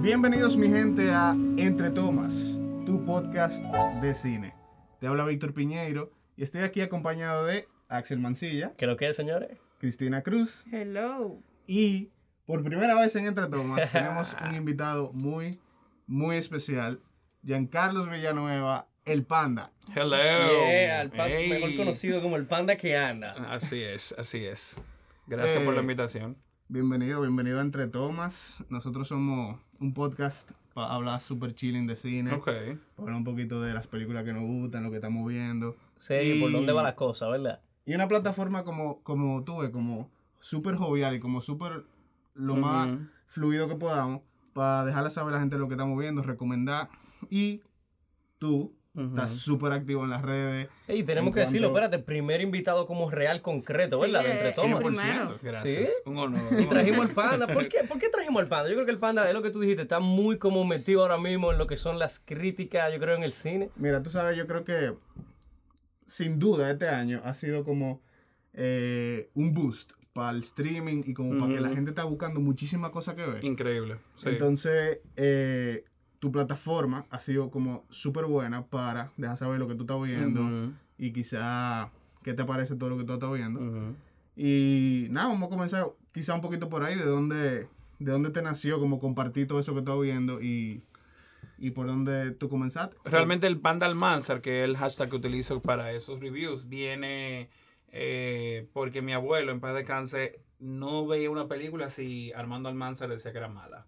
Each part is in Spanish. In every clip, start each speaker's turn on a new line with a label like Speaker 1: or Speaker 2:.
Speaker 1: Bienvenidos mi gente a Entre Tomas, tu podcast de cine. Te habla Víctor Piñeiro y estoy aquí acompañado de Axel Mancilla,
Speaker 2: ¿Qué lo que es, señores?
Speaker 1: Cristina Cruz
Speaker 3: Hello.
Speaker 1: y por primera vez en Entre Tomas tenemos un invitado muy, muy especial, Giancarlos Villanueva, el panda.
Speaker 4: Hello.
Speaker 2: Yeah, al pan-
Speaker 4: Oh, Hey. Ah.
Speaker 2: mejor conocido como el panda que anda.
Speaker 4: Así es, así es. Gracias por
Speaker 1: Eh.
Speaker 4: la
Speaker 2: Mm.
Speaker 4: invitación.
Speaker 1: Bienvenido, bienvenido a Entre Tomas. Nosotros somos un podcast para hablar super chilling de cine,
Speaker 4: Ok.
Speaker 1: para hablar un poquito de las películas que nos gustan, lo que estamos viendo.
Speaker 2: Serio, ¿por
Speaker 1: Y-
Speaker 2: dónde va la cosa, verdad?
Speaker 1: Y una plataforma como, como tuve, como súper jovial y como súper lo más
Speaker 4: Ujú.
Speaker 1: fluido que podamos para dejarle saber a la gente lo que estamos viendo, recomendar. Y tú
Speaker 4: Ujú.
Speaker 1: estás súper activo en las redes.
Speaker 2: Y tenemos
Speaker 1: En
Speaker 2: que decirlo,
Speaker 1: cuanto-
Speaker 2: espérate, primer invitado como real concreto,
Speaker 3: Sí,
Speaker 2: ¿verdad? De
Speaker 3: eh,
Speaker 2: entre
Speaker 3: sí,
Speaker 2: tomas.
Speaker 3: por-
Speaker 1: 100%.
Speaker 4: Gracias.
Speaker 2: ¿Sí?
Speaker 4: Un honor.
Speaker 2: Y trajimos el panda. ¿Por qué? ¿Por qué trajimos el panda? Yo creo que el panda, es lo que tú dijiste, está muy como metido ahora mismo en lo que son las críticas, yo creo, en el cine.
Speaker 1: Mira, tú sabes, yo creo que sin duda este año ha sido como eh, un boost para el streaming y como para que la
Speaker 4: Ujú.
Speaker 1: gente está buscando muchísimas cosas que ver.
Speaker 4: Increíble. Sí.
Speaker 1: Entonces, eh, tu plataforma ha sido como súper buena para dejar saber lo que tú estás viendo
Speaker 4: Ujú.
Speaker 1: y quizá qué te parece todo lo que tú estás viendo.
Speaker 4: Ujú.
Speaker 1: Y nada, vamos a comenzar quizá un poquito por ahí de dónde, de dónde te nació, como compartir todo eso que estás viendo y, y por dónde tú comenzaste.
Speaker 4: Realmente el Panda Almanzar, que es el hashtag que utilizo para esos reviews, viene eh, porque mi abuelo, en paz descanse, no veía una película si Armando Almanzar decía que era mala.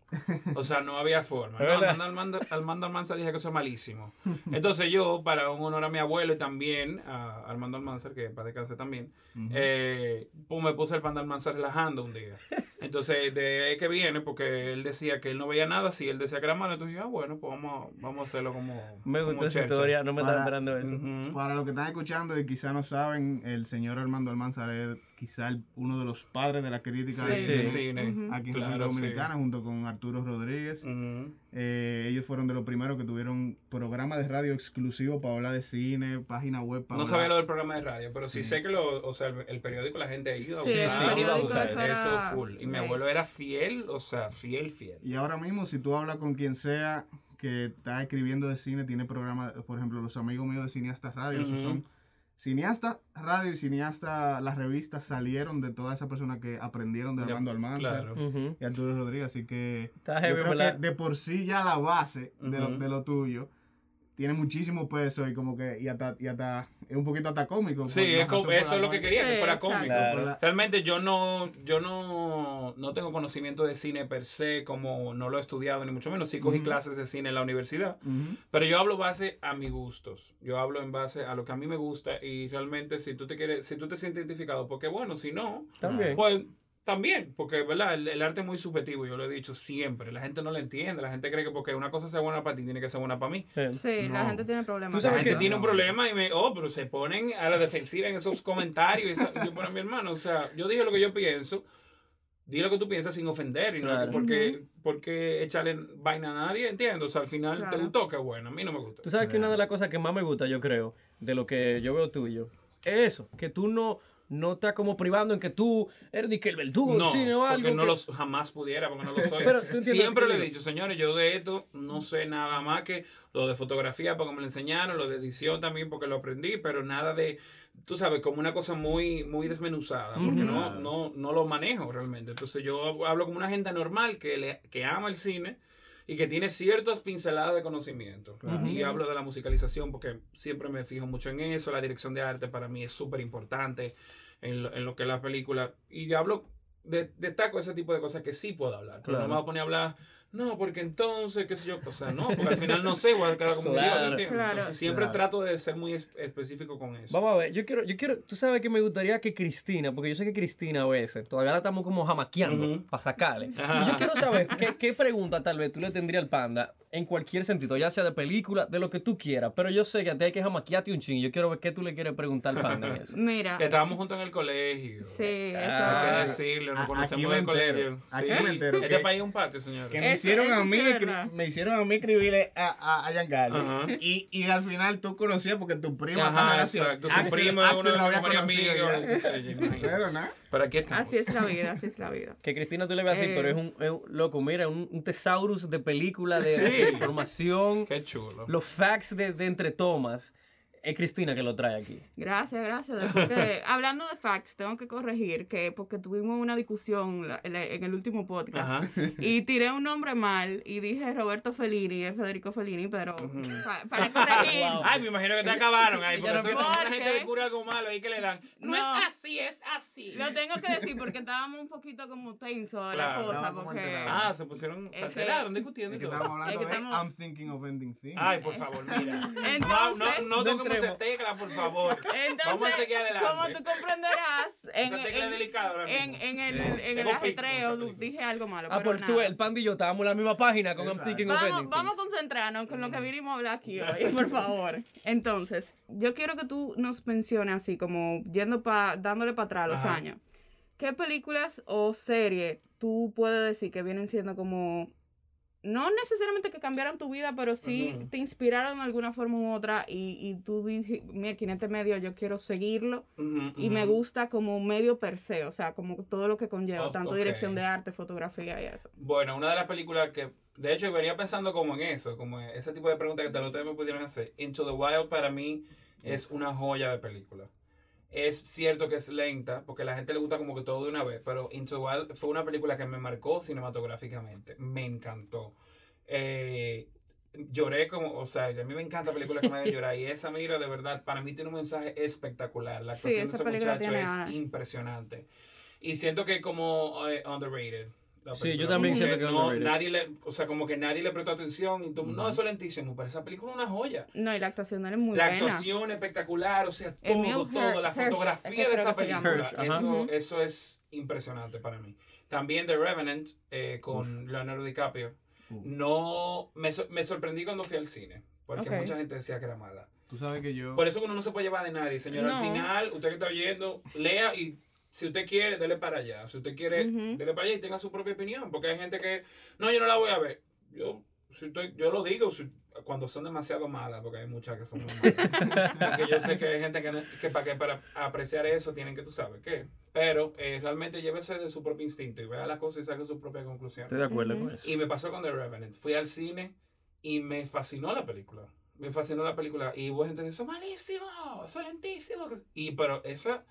Speaker 4: O sea, no había forma. No,
Speaker 2: ¿Verdad?
Speaker 4: Armando, Armando- Armando Almanzar decía que eso es malísimo. Entonces yo, para un honor a mi abuelo y también a Armando Almanzar, que en paz descanse también, eh, pues me puse el Panda Almanzar relajando un día. Entonces, de ahí que viene, porque él decía que él no veía nada, si él decía que era malo, entonces yo, ah, bueno, pues vamos, a- vamos a hacerlo como.
Speaker 2: Me
Speaker 4: como
Speaker 2: gustó esa
Speaker 4: Churchill.
Speaker 2: historia, no me estaba
Speaker 1: Para-
Speaker 2: esperando eso.
Speaker 4: Ujú.
Speaker 1: Para los que están escuchando y quizá no saben, el señor Armando Almanzar es quizá el- uno de los padres de la crítica
Speaker 4: Sí,
Speaker 1: de
Speaker 4: sí,
Speaker 1: cine
Speaker 4: cine.
Speaker 3: Ujú.
Speaker 1: aquí en República
Speaker 4: Claro, sí. Mm.
Speaker 1: Dominicana junto con Arturo Rodríguez.
Speaker 4: Ujú.
Speaker 1: Eh, ellos fueron de los primeros que tuvieron programa de radio exclusivo para hablar de cine, página web para
Speaker 4: No
Speaker 1: hablar.
Speaker 4: sabía lo del programa de radio, pero sí,
Speaker 1: Sí.
Speaker 4: sé que lo, o sea, el, el periódico la gente ayuda.
Speaker 3: Sí,
Speaker 2: el periódico,
Speaker 3: eso era-
Speaker 4: full. Y mi
Speaker 3: Sí.
Speaker 4: abuelo era fiel, o sea, fiel, fiel.
Speaker 1: Y ahora mismo, si tú hablas con quien sea que está escribiendo de cine, tiene programa, por ejemplo, los amigos míos de Cineastas Radio, esos
Speaker 4: Ujú.
Speaker 1: son Cineasta Radio y Cineasta, las revistas salieron de todas esas personas que aprendieron de
Speaker 4: De-
Speaker 1: Armando Almanza
Speaker 4: claro.
Speaker 2: Ujú.
Speaker 1: y Arturo Rodríguez, así que
Speaker 2: Está
Speaker 1: yo
Speaker 2: heavy,
Speaker 1: creo
Speaker 2: ¿verdad?
Speaker 1: que de por sí ya la base de, lo,
Speaker 4: Ujú.
Speaker 1: de lo tuyo tiene muchísimo peso y como que y hasta, y hasta es un poquito hasta cómico.
Speaker 4: Sí,
Speaker 1: por la
Speaker 4: es como-
Speaker 1: razón por
Speaker 4: eso
Speaker 1: la
Speaker 4: es lo que
Speaker 1: cual-
Speaker 4: quería, que
Speaker 3: Sí,
Speaker 4: fuera
Speaker 3: exacto.
Speaker 4: cómico.
Speaker 2: Claro.
Speaker 1: por la-
Speaker 4: Realmente yo no, yo no, no tengo conocimiento de cine per se, como no lo he estudiado, ni mucho menos. Sí cogí
Speaker 1: Ujú.
Speaker 4: clases de cine en la universidad,
Speaker 1: Ujú.
Speaker 4: pero yo hablo base a mis gustos. Yo hablo en base a lo que a mí me gusta y realmente si tú te quieres, si tú te sientes identificado, porque bueno, si no,
Speaker 2: También.
Speaker 4: pues también, porque ¿verdad? El, el arte es muy subjetivo, yo lo he dicho siempre. La gente no lo entiende, la gente cree que porque una cosa sea buena para ti, tiene que ser buena para mí.
Speaker 2: Eh,
Speaker 3: Sí, la
Speaker 4: No.
Speaker 3: gente tiene problemas.
Speaker 2: Tú
Speaker 4: La
Speaker 2: sabes
Speaker 4: gente
Speaker 2: que-
Speaker 4: tiene un problema y me, oh, pero se ponen a la defensiva en esos comentarios. y esa- yo, bueno, mi hermano, o sea, yo dije lo que yo pienso, di lo que tú piensas sin ofender, y no
Speaker 2: Claro.
Speaker 4: porque, porque echarle vaina a nadie, entiendo. O sea, al final te
Speaker 3: Claro.
Speaker 4: gustó, qué bueno, a mí no me gustó.
Speaker 2: Tú sabes que una de las cosas que más me gusta, yo creo, de lo que yo veo tuyo, es eso, que tú no, no estás como privando en que tú eres ni que el verdugo
Speaker 4: No,
Speaker 2: del cine o algo.
Speaker 4: porque no
Speaker 2: que-
Speaker 4: los jamás pudiera, porque no lo soy.
Speaker 2: Pero tú entiendes
Speaker 4: Siempre
Speaker 2: lo que
Speaker 4: le he
Speaker 2: digo.
Speaker 4: dicho, señores, yo de esto no sé nada más que lo de fotografía, porque me lo enseñaron, lo de edición también, porque lo aprendí, pero nada de, tú sabes, como una cosa muy, muy desmenuzada, porque no, no, no lo manejo realmente. Entonces yo hablo como una gente normal que, le, que ama el cine y que tiene ciertas pinceladas de conocimiento. Y hablo de la musicalización porque siempre me fijo mucho en eso, la dirección de arte para mí es súper importante en lo, en lo que es la película. Y yo hablo, de- destaco ese tipo de cosas que sí puedo hablar. Pero
Speaker 2: Claro.
Speaker 4: No me voy a poner a hablar, no, porque entonces, qué sé yo, o sea, no, porque al final no sé, voy a quedar como yo,
Speaker 2: Claro.
Speaker 4: ¿entiendes?
Speaker 3: Claro.
Speaker 4: Entonces siempre
Speaker 1: Claro.
Speaker 4: trato de ser muy es- específico con eso.
Speaker 2: Vamos a ver, yo quiero, yo quiero, tú sabes que me gustaría que Cristina, porque yo sé que Cristina a veces, todavía la estamos como jamaqueando
Speaker 4: Ujú.
Speaker 2: para sacarle.
Speaker 4: Ajá.
Speaker 2: Y yo quiero saber qué, qué pregunta tal vez tú le tendrías al panda en cualquier sentido, ya sea de película, de lo que tú quieras. Pero yo sé que a ti hay que jamaquearte un ching. Yo quiero ver qué tú le quieres preguntar al pana en eso.
Speaker 3: Mira.
Speaker 4: Que estábamos juntos en el colegio.
Speaker 3: Sí,
Speaker 4: Hay que
Speaker 2: Ah,
Speaker 3: eso.
Speaker 4: decirle,
Speaker 1: a-
Speaker 4: nos
Speaker 1: aquí
Speaker 4: conocemos
Speaker 1: me
Speaker 4: del
Speaker 1: entero,
Speaker 4: colegio.
Speaker 1: aquí
Speaker 4: Sí.
Speaker 1: me entero
Speaker 4: Este
Speaker 1: que-
Speaker 4: país es un patio, señores.
Speaker 1: Que me
Speaker 3: Eso-
Speaker 1: hicieron,
Speaker 3: eso
Speaker 1: a mí,
Speaker 3: sí es
Speaker 1: escri-
Speaker 3: verdad.
Speaker 1: me hicieron a mí escribirle a, a, a Giancarlo.
Speaker 4: Ajá.
Speaker 1: Y, y al final tú conocías porque tu prima
Speaker 4: Ajá, exacto. Su primo es uno de los mejores amigos. Sí, yo imagino.
Speaker 1: Pero nada.
Speaker 4: Pero aquí estamos.
Speaker 3: Así es la vida, así es la vida.
Speaker 2: Que Cristina tú le veas así,
Speaker 3: Eh.
Speaker 2: pero es un, es un- loco, mira, un, un tesaurus de película, de,
Speaker 4: Sí.
Speaker 2: de información,
Speaker 4: Qué chulo.
Speaker 2: los facts de, de entre tomas. Es Cristina que lo trae aquí.
Speaker 3: Gracias, gracias. Después de- hablando de facts, tengo que corregir que porque tuvimos una discusión la- en la- en el último podcast
Speaker 4: Ajá.
Speaker 3: y tiré un nombre mal y dije Roberto Fellini, es Federico Fellini, pero pa- para corregir.
Speaker 2: Wow.
Speaker 4: Ay, me imagino que te acabaron ahí. Porque
Speaker 2: Ya no
Speaker 4: eso es
Speaker 3: me-
Speaker 4: cuando
Speaker 3: ¿Por
Speaker 4: una gente
Speaker 3: qué?
Speaker 4: descubre algo malo ahí que le dan. No,
Speaker 3: No.
Speaker 4: es así, es así.
Speaker 3: Lo tengo que decir porque estábamos un poquito como tenso de la
Speaker 4: Claro.
Speaker 3: cosa,
Speaker 1: Estábamos
Speaker 3: porque
Speaker 1: alterados.
Speaker 4: Ah, se pusieron. Se
Speaker 3: Es que-
Speaker 4: alteraron
Speaker 1: Es
Speaker 4: discutiendo. y
Speaker 1: que
Speaker 4: todo.
Speaker 1: estábamos hablando
Speaker 3: Es que
Speaker 1: de
Speaker 3: estamos-
Speaker 1: I'm thinking of ending things.
Speaker 4: Ay, por favor, mira.
Speaker 3: Entonces-
Speaker 4: no, no, no
Speaker 2: No
Speaker 4: toquemos esa
Speaker 2: entremos.
Speaker 4: tecla, por favor.
Speaker 3: entonces,
Speaker 4: Vamos a seguir
Speaker 3: como
Speaker 4: adelante.
Speaker 3: tú comprenderás, en,
Speaker 4: Esa tecla es
Speaker 3: en,
Speaker 4: delicada ahora
Speaker 3: en,
Speaker 4: mismo.
Speaker 3: en el,
Speaker 2: Sí.
Speaker 3: en el
Speaker 4: Tengo pico
Speaker 3: ajetreo
Speaker 4: con esa película.
Speaker 3: dije algo malo.
Speaker 2: Ah,
Speaker 3: pero
Speaker 2: por tú,
Speaker 3: nada.
Speaker 2: el pandillo, estábamos en la misma página con I'm
Speaker 1: Exacto.
Speaker 2: thinking of
Speaker 3: Vamos,
Speaker 2: ending
Speaker 3: vamos a
Speaker 2: things.
Speaker 3: concentrarnos con lo
Speaker 4: Mm.
Speaker 3: que vinimos a hablar aquí hoy, por favor. Entonces, yo quiero que tú nos menciones así, como yendo pa, dándole para atrás los
Speaker 4: Ajá.
Speaker 3: años. ¿Qué películas o series tú puedes decir que vienen siendo como, no necesariamente que cambiaron tu vida, pero sí
Speaker 4: Ujú.
Speaker 3: te inspiraron de alguna forma u otra y, y tú dices, mira, que en este medio yo quiero seguirlo
Speaker 4: Ujú,
Speaker 3: y me
Speaker 4: ujú.
Speaker 3: gusta como medio per se, o sea, como todo lo que conlleva,
Speaker 4: Oh,
Speaker 3: tanto
Speaker 4: ok.
Speaker 3: dirección de arte, fotografía y eso.
Speaker 4: Bueno, una de las películas que, de hecho, venía pensando como en eso, como en ese tipo de preguntas que tal vez me pudieran hacer. Into the Wild para mí es una joya de película. Es cierto que es lenta, porque a la gente le gusta como que todo de una vez, pero Into the Wild fue una película que me marcó cinematográficamente. Me encantó. Eh, lloré como, o sea, a mí me encanta películas que me hagan llorar. Y esa, mira, de verdad, para mí tiene un mensaje espectacular. La
Speaker 3: Sí,
Speaker 4: actuación
Speaker 3: esa
Speaker 4: de ese
Speaker 3: película
Speaker 4: muchacho
Speaker 3: tiene
Speaker 4: es
Speaker 3: algo.
Speaker 4: impresionante. Y siento que como eh, underrated. la
Speaker 2: Sí,
Speaker 4: película,
Speaker 2: yo también
Speaker 4: como
Speaker 2: siento que
Speaker 4: no,
Speaker 2: underrated.
Speaker 4: nadie le, o sea, como que nadie le prestó atención. Y todo, No, eso es lentísimo, pero esa película es una joya.
Speaker 3: No, y la actuación de él es muy
Speaker 4: la
Speaker 3: buena.
Speaker 4: actuación espectacular, o sea,
Speaker 3: Emil
Speaker 4: todo,
Speaker 3: Hirsch-
Speaker 4: todo, la
Speaker 3: Hirsch,
Speaker 4: fotografía
Speaker 3: es que
Speaker 4: de
Speaker 3: creo
Speaker 4: esa
Speaker 3: que se llama.
Speaker 4: película.
Speaker 2: Hirsch, ajá.
Speaker 4: eso,
Speaker 3: Ujú.
Speaker 4: eso es impresionante para mí. También The Revenant eh, con Leonardo DiCaprio.
Speaker 1: Uf.
Speaker 4: No, me, so- me sorprendí cuando fui al cine, porque
Speaker 3: Ok.
Speaker 4: mucha gente decía que era mala.
Speaker 1: Tú sabes que yo.
Speaker 4: Por eso que uno no se puede llevar de nadie, señor.
Speaker 3: No.
Speaker 4: Al final, usted que está oyendo, lea y si usted quiere, dele para allá. Si usted quiere,
Speaker 3: Ujú.
Speaker 4: dele para allá y tenga su propia opinión. Porque hay gente que, no, yo no la voy a ver. Yo, si usted- yo lo digo si- cuando son demasiado malas, porque hay muchas que son muy malas. porque yo sé que hay gente que, no- que para, que para apreciar eso tienen que, tú sabes qué. Pero eh, realmente llévese de su propio instinto y vea las cosas y saque su propia conclusión.
Speaker 2: Estoy de acuerdo
Speaker 3: Ujú.
Speaker 2: con eso.
Speaker 4: Y me pasó con The Revenant. Fui al cine y me fascinó la película. Me fascinó la película. Y hubo gente que dice, malísimo, eso es lentísimo. Y pero esa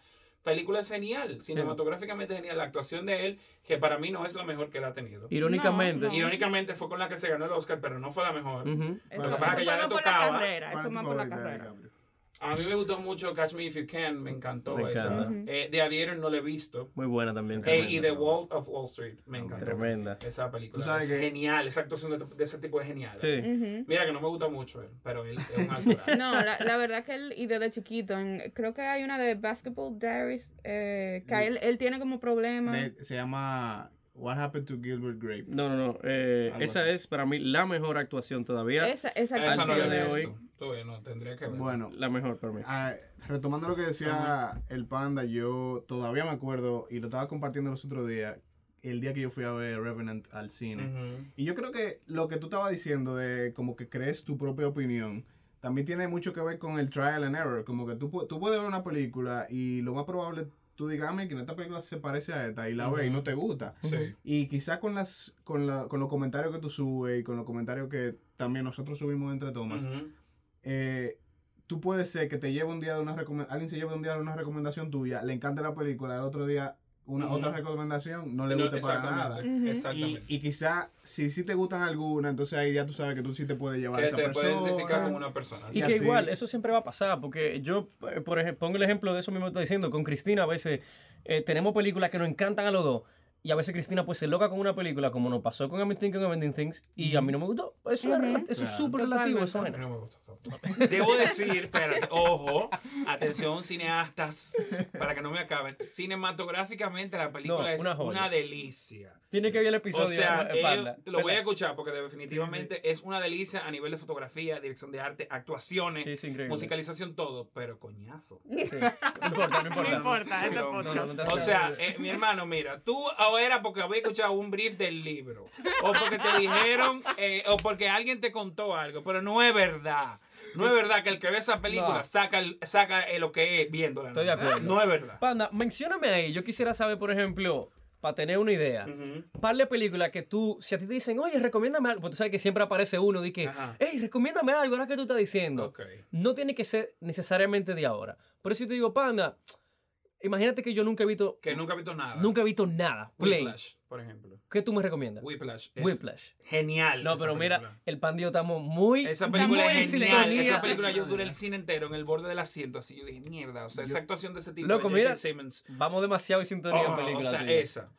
Speaker 4: película es genial, cinematográficamente genial. La actuación de él, que para mí no es la mejor que él ha tenido.
Speaker 2: Irónicamente.
Speaker 3: No, no.
Speaker 4: Irónicamente fue con la que se ganó el Oscar, pero no fue la mejor.
Speaker 2: Ujú.
Speaker 3: Eso,
Speaker 4: Lo que
Speaker 3: eso
Speaker 4: pasa es que ya
Speaker 3: fue más
Speaker 4: ¿ah? le
Speaker 3: por la
Speaker 4: tocaba.
Speaker 3: carrera,
Speaker 1: ¿Cuál
Speaker 3: eso
Speaker 1: es tu
Speaker 3: más por la
Speaker 1: favorita,
Speaker 3: carrera.
Speaker 1: DiCaprio?
Speaker 4: A mí me gustó mucho Catch Me If You Can, me encantó
Speaker 2: Me
Speaker 4: esa.
Speaker 2: encanta.
Speaker 3: Ujú.
Speaker 4: Eh, The Aviator no la he visto.
Speaker 2: Muy buena también.
Speaker 4: Eh, y
Speaker 2: tremenda.
Speaker 4: The Wall of Wall Street, me encantó.
Speaker 2: Tremenda.
Speaker 4: Esa película
Speaker 1: Tú sabes
Speaker 4: es
Speaker 1: que-
Speaker 4: genial, esa actuación de, de ese tipo es genial.
Speaker 2: Sí.
Speaker 3: Ujú.
Speaker 4: Mira que no me gusta mucho él, pero él es un actorazo.
Speaker 3: No, la, la verdad que él, y desde chiquito, en- creo que hay una de Basketball Diaries, eh, que
Speaker 1: Sí.
Speaker 3: él, él tiene como problema.
Speaker 1: De- se llama What Happened to Gilbert Grape.
Speaker 2: No, no, no. eh,
Speaker 1: Algo
Speaker 2: esa
Speaker 1: así.
Speaker 2: es para mí la mejor actuación todavía.
Speaker 3: Esa, esa
Speaker 4: Ah, Esa no
Speaker 3: canción
Speaker 2: día
Speaker 4: la he
Speaker 3: de
Speaker 2: veo.
Speaker 3: hoy.
Speaker 4: visto. Todavía no, tendría que ver.
Speaker 1: Bueno,
Speaker 2: La mejor para mí.
Speaker 1: ah, retomando lo que decía el panda, yo todavía me acuerdo y lo estaba compartiendo los otros días, el día que yo fui a ver Revenant al cine. Y yo creo que lo que tú estabas diciendo de como que crees tu propia opinión, también tiene mucho que ver con el trial and error. Como que tú, pu- tú puedes ver una película y lo más probable tú digas, "Ah, mira, que esta película se parece a esta y la ves y no te gusta.
Speaker 4: Sí.
Speaker 1: Y quizá con, las, con, la- con los comentarios que tú subes y con los comentarios que también nosotros subimos entre tomas,
Speaker 4: Ujú.
Speaker 1: eh, tú puedes ser que te lleve un día de una recomendación, alguien se lleve un día de una recomendación tuya, le encanta la película, el otro día una
Speaker 4: Ujú.
Speaker 1: otra recomendación, no le
Speaker 4: No,
Speaker 1: gusta para nada.
Speaker 4: exactamente.
Speaker 3: Ujú.
Speaker 4: Exactamente.
Speaker 1: Y, y quizá si sí te gustan algunas, entonces ahí ya tú sabes que tú sí te puedes llevar a
Speaker 4: que
Speaker 1: esa
Speaker 4: te puede
Speaker 1: persona.
Speaker 4: identificar con una persona.
Speaker 2: Y
Speaker 1: Y
Speaker 2: que
Speaker 1: así-
Speaker 2: igual, eso siempre va a pasar, porque yo, eh, por ejemplo, pongo el ejemplo de eso mismo que está diciendo, con Cristina a veces eh, tenemos películas que nos encantan a los dos, Y a veces Cristina pues se loca con una película, como nos pasó con I'm Thinking of Ending Things, y a mí no me gustó. Eso, es,
Speaker 3: Ujú.
Speaker 2: rela- eso es
Speaker 1: Claro.
Speaker 2: súper relativo esa
Speaker 4: A
Speaker 2: vaina.
Speaker 4: mí no me gustó tampoco. Debo decir, espérate, ojo, atención cineastas, para que no me acaben. Cinematográficamente la película
Speaker 2: No,
Speaker 4: es
Speaker 2: una
Speaker 4: una,
Speaker 2: joya.
Speaker 4: delicia.
Speaker 2: Tiene que ver el
Speaker 4: O
Speaker 2: episodio.
Speaker 4: sea,
Speaker 2: eh,
Speaker 4: eh,
Speaker 2: Panda,
Speaker 4: lo voy a
Speaker 2: ¿verdad?
Speaker 4: escuchar porque definitivamente es una delicia a nivel de fotografía, dirección de arte, actuaciones,
Speaker 2: Sí, sí, increíble.
Speaker 4: musicalización, todo, pero coñazo.
Speaker 2: Sí. No importa, no importa.
Speaker 3: No importa, este
Speaker 4: No, no,
Speaker 3: podcast.
Speaker 2: no, no,
Speaker 4: O sea, eh, mi hermano, mira, tú ahora porque había escuchado un brief del libro, o porque te dijeron, eh, o porque alguien te contó algo, pero no es verdad. No es verdad que el que ve esa película
Speaker 2: No.
Speaker 4: saca, el- saca eh, lo que es viéndola.
Speaker 2: Estoy de acuerdo.
Speaker 4: No es verdad.
Speaker 2: Panda, mencióname ahí. Yo quisiera saber, por ejemplo, para tener una idea, par de películas que tú, si a ti te dicen, oye, recomiéndame algo, pues tú sabes que siempre aparece uno de que,
Speaker 4: Ajá.
Speaker 2: hey, recomiéndame algo, ahora que tú estás diciendo.
Speaker 4: Ok.
Speaker 2: No tiene que ser necesariamente de ahora. Pero si te digo, Panda, imagínate que yo nunca he visto,
Speaker 4: Que nunca he visto nada.
Speaker 2: nunca he visto nada. Play.
Speaker 4: Whiplash, por ejemplo.
Speaker 2: ¿Qué tú me recomiendas?
Speaker 4: Whiplash. Es
Speaker 2: Whiplash.
Speaker 4: Genial.
Speaker 2: No,
Speaker 4: esa
Speaker 2: pero mira,
Speaker 4: película.
Speaker 2: el pandio estamos muy.
Speaker 4: Esa película
Speaker 2: muy
Speaker 4: es
Speaker 2: en
Speaker 4: genial.
Speaker 2: sintonía.
Speaker 4: Esa película yo duré el cine entero en el borde del asiento, así yo dije, mierda. O sea, esa actuación de ese tipo
Speaker 2: Loco,
Speaker 4: de
Speaker 2: mira.
Speaker 4: J.K. Simmons.
Speaker 2: Vamos demasiado en sintonía en
Speaker 4: Oh,
Speaker 2: películas.
Speaker 4: O sea,
Speaker 2: tuya.
Speaker 4: esa.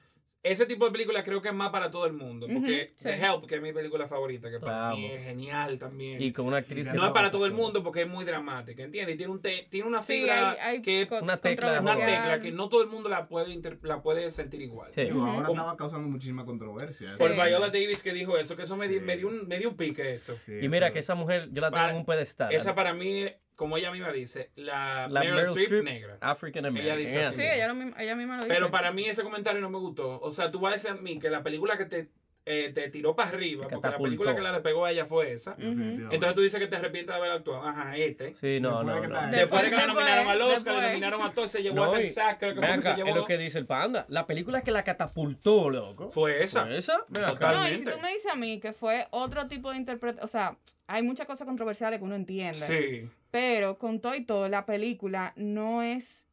Speaker 4: Ese tipo de película creo que es más para todo el mundo. Porque
Speaker 3: Ujú,
Speaker 4: The
Speaker 3: sí.
Speaker 4: Help, que es mi película favorita, que para
Speaker 2: Bravo.
Speaker 4: mí es genial también.
Speaker 2: Y con una actriz. que
Speaker 4: no es
Speaker 2: sabe
Speaker 4: para todo el
Speaker 2: hacer.
Speaker 4: mundo porque es muy dramática, ¿entiendes? Y tiene, un te- tiene una
Speaker 3: Sí,
Speaker 4: fibra
Speaker 3: hay, hay
Speaker 4: que es
Speaker 3: co-
Speaker 2: Una tecla.
Speaker 4: una
Speaker 3: controversial.
Speaker 4: tecla que no todo el mundo la puede, inter- la puede sentir igual.
Speaker 2: Sí.
Speaker 1: Digo, ahora
Speaker 4: Ujú.
Speaker 1: estaba causando muchísima controversia. ¿eh?
Speaker 3: Sí.
Speaker 4: Por
Speaker 1: eso.
Speaker 4: Viola Davis que dijo eso, que eso me, di-
Speaker 1: Sí.
Speaker 4: me dio, un, me dio un pique eso.
Speaker 1: Sí,
Speaker 2: Y mira
Speaker 1: eso-
Speaker 2: que esa mujer, yo la tengo
Speaker 4: Para-
Speaker 2: en un pedestal.
Speaker 4: Esa para mí, como ella misma dice, la,
Speaker 2: la Ah,
Speaker 4: Meryl, Streep negra.
Speaker 2: African American.
Speaker 4: Ella dice
Speaker 2: es
Speaker 4: así.
Speaker 3: Sí, ella, lo mismo- ella misma lo dice.
Speaker 4: Pero para mí ese comentario no me gustó. O sea, tú vas a decir a mí que la película que te, eh, te tiró para arriba,
Speaker 2: Te
Speaker 4: porque la
Speaker 2: catapultó. Mm.
Speaker 4: película que la despegó a ella fue esa.
Speaker 1: Definitivamente.
Speaker 4: Entonces tú dices que te arrepientes de haber actuado. Ajá, este.
Speaker 2: Sí, no,
Speaker 1: Después
Speaker 2: no.
Speaker 1: de que
Speaker 2: no.
Speaker 1: está-
Speaker 4: Después de que la
Speaker 3: Después,
Speaker 4: nominaron al Oscar,
Speaker 3: después.
Speaker 4: la nominaron a todo, se llevó
Speaker 2: No,
Speaker 4: hasta
Speaker 2: y-
Speaker 4: el SAC, creo que
Speaker 2: ven
Speaker 4: fue que se
Speaker 2: acá, es lo
Speaker 4: llevó.
Speaker 2: que dice el panda. La película que la catapultó, loco.
Speaker 4: Fue esa.
Speaker 2: ¿Fue esa? Ven acá.
Speaker 4: Total.
Speaker 3: No, y si
Speaker 4: Totalmente.
Speaker 3: tú me dices a mí que fue otro tipo de interpretación, o sea, hay muchas cosas controversiales que uno entiende.
Speaker 4: Sí.
Speaker 3: Pero con todo y todo, la película no es,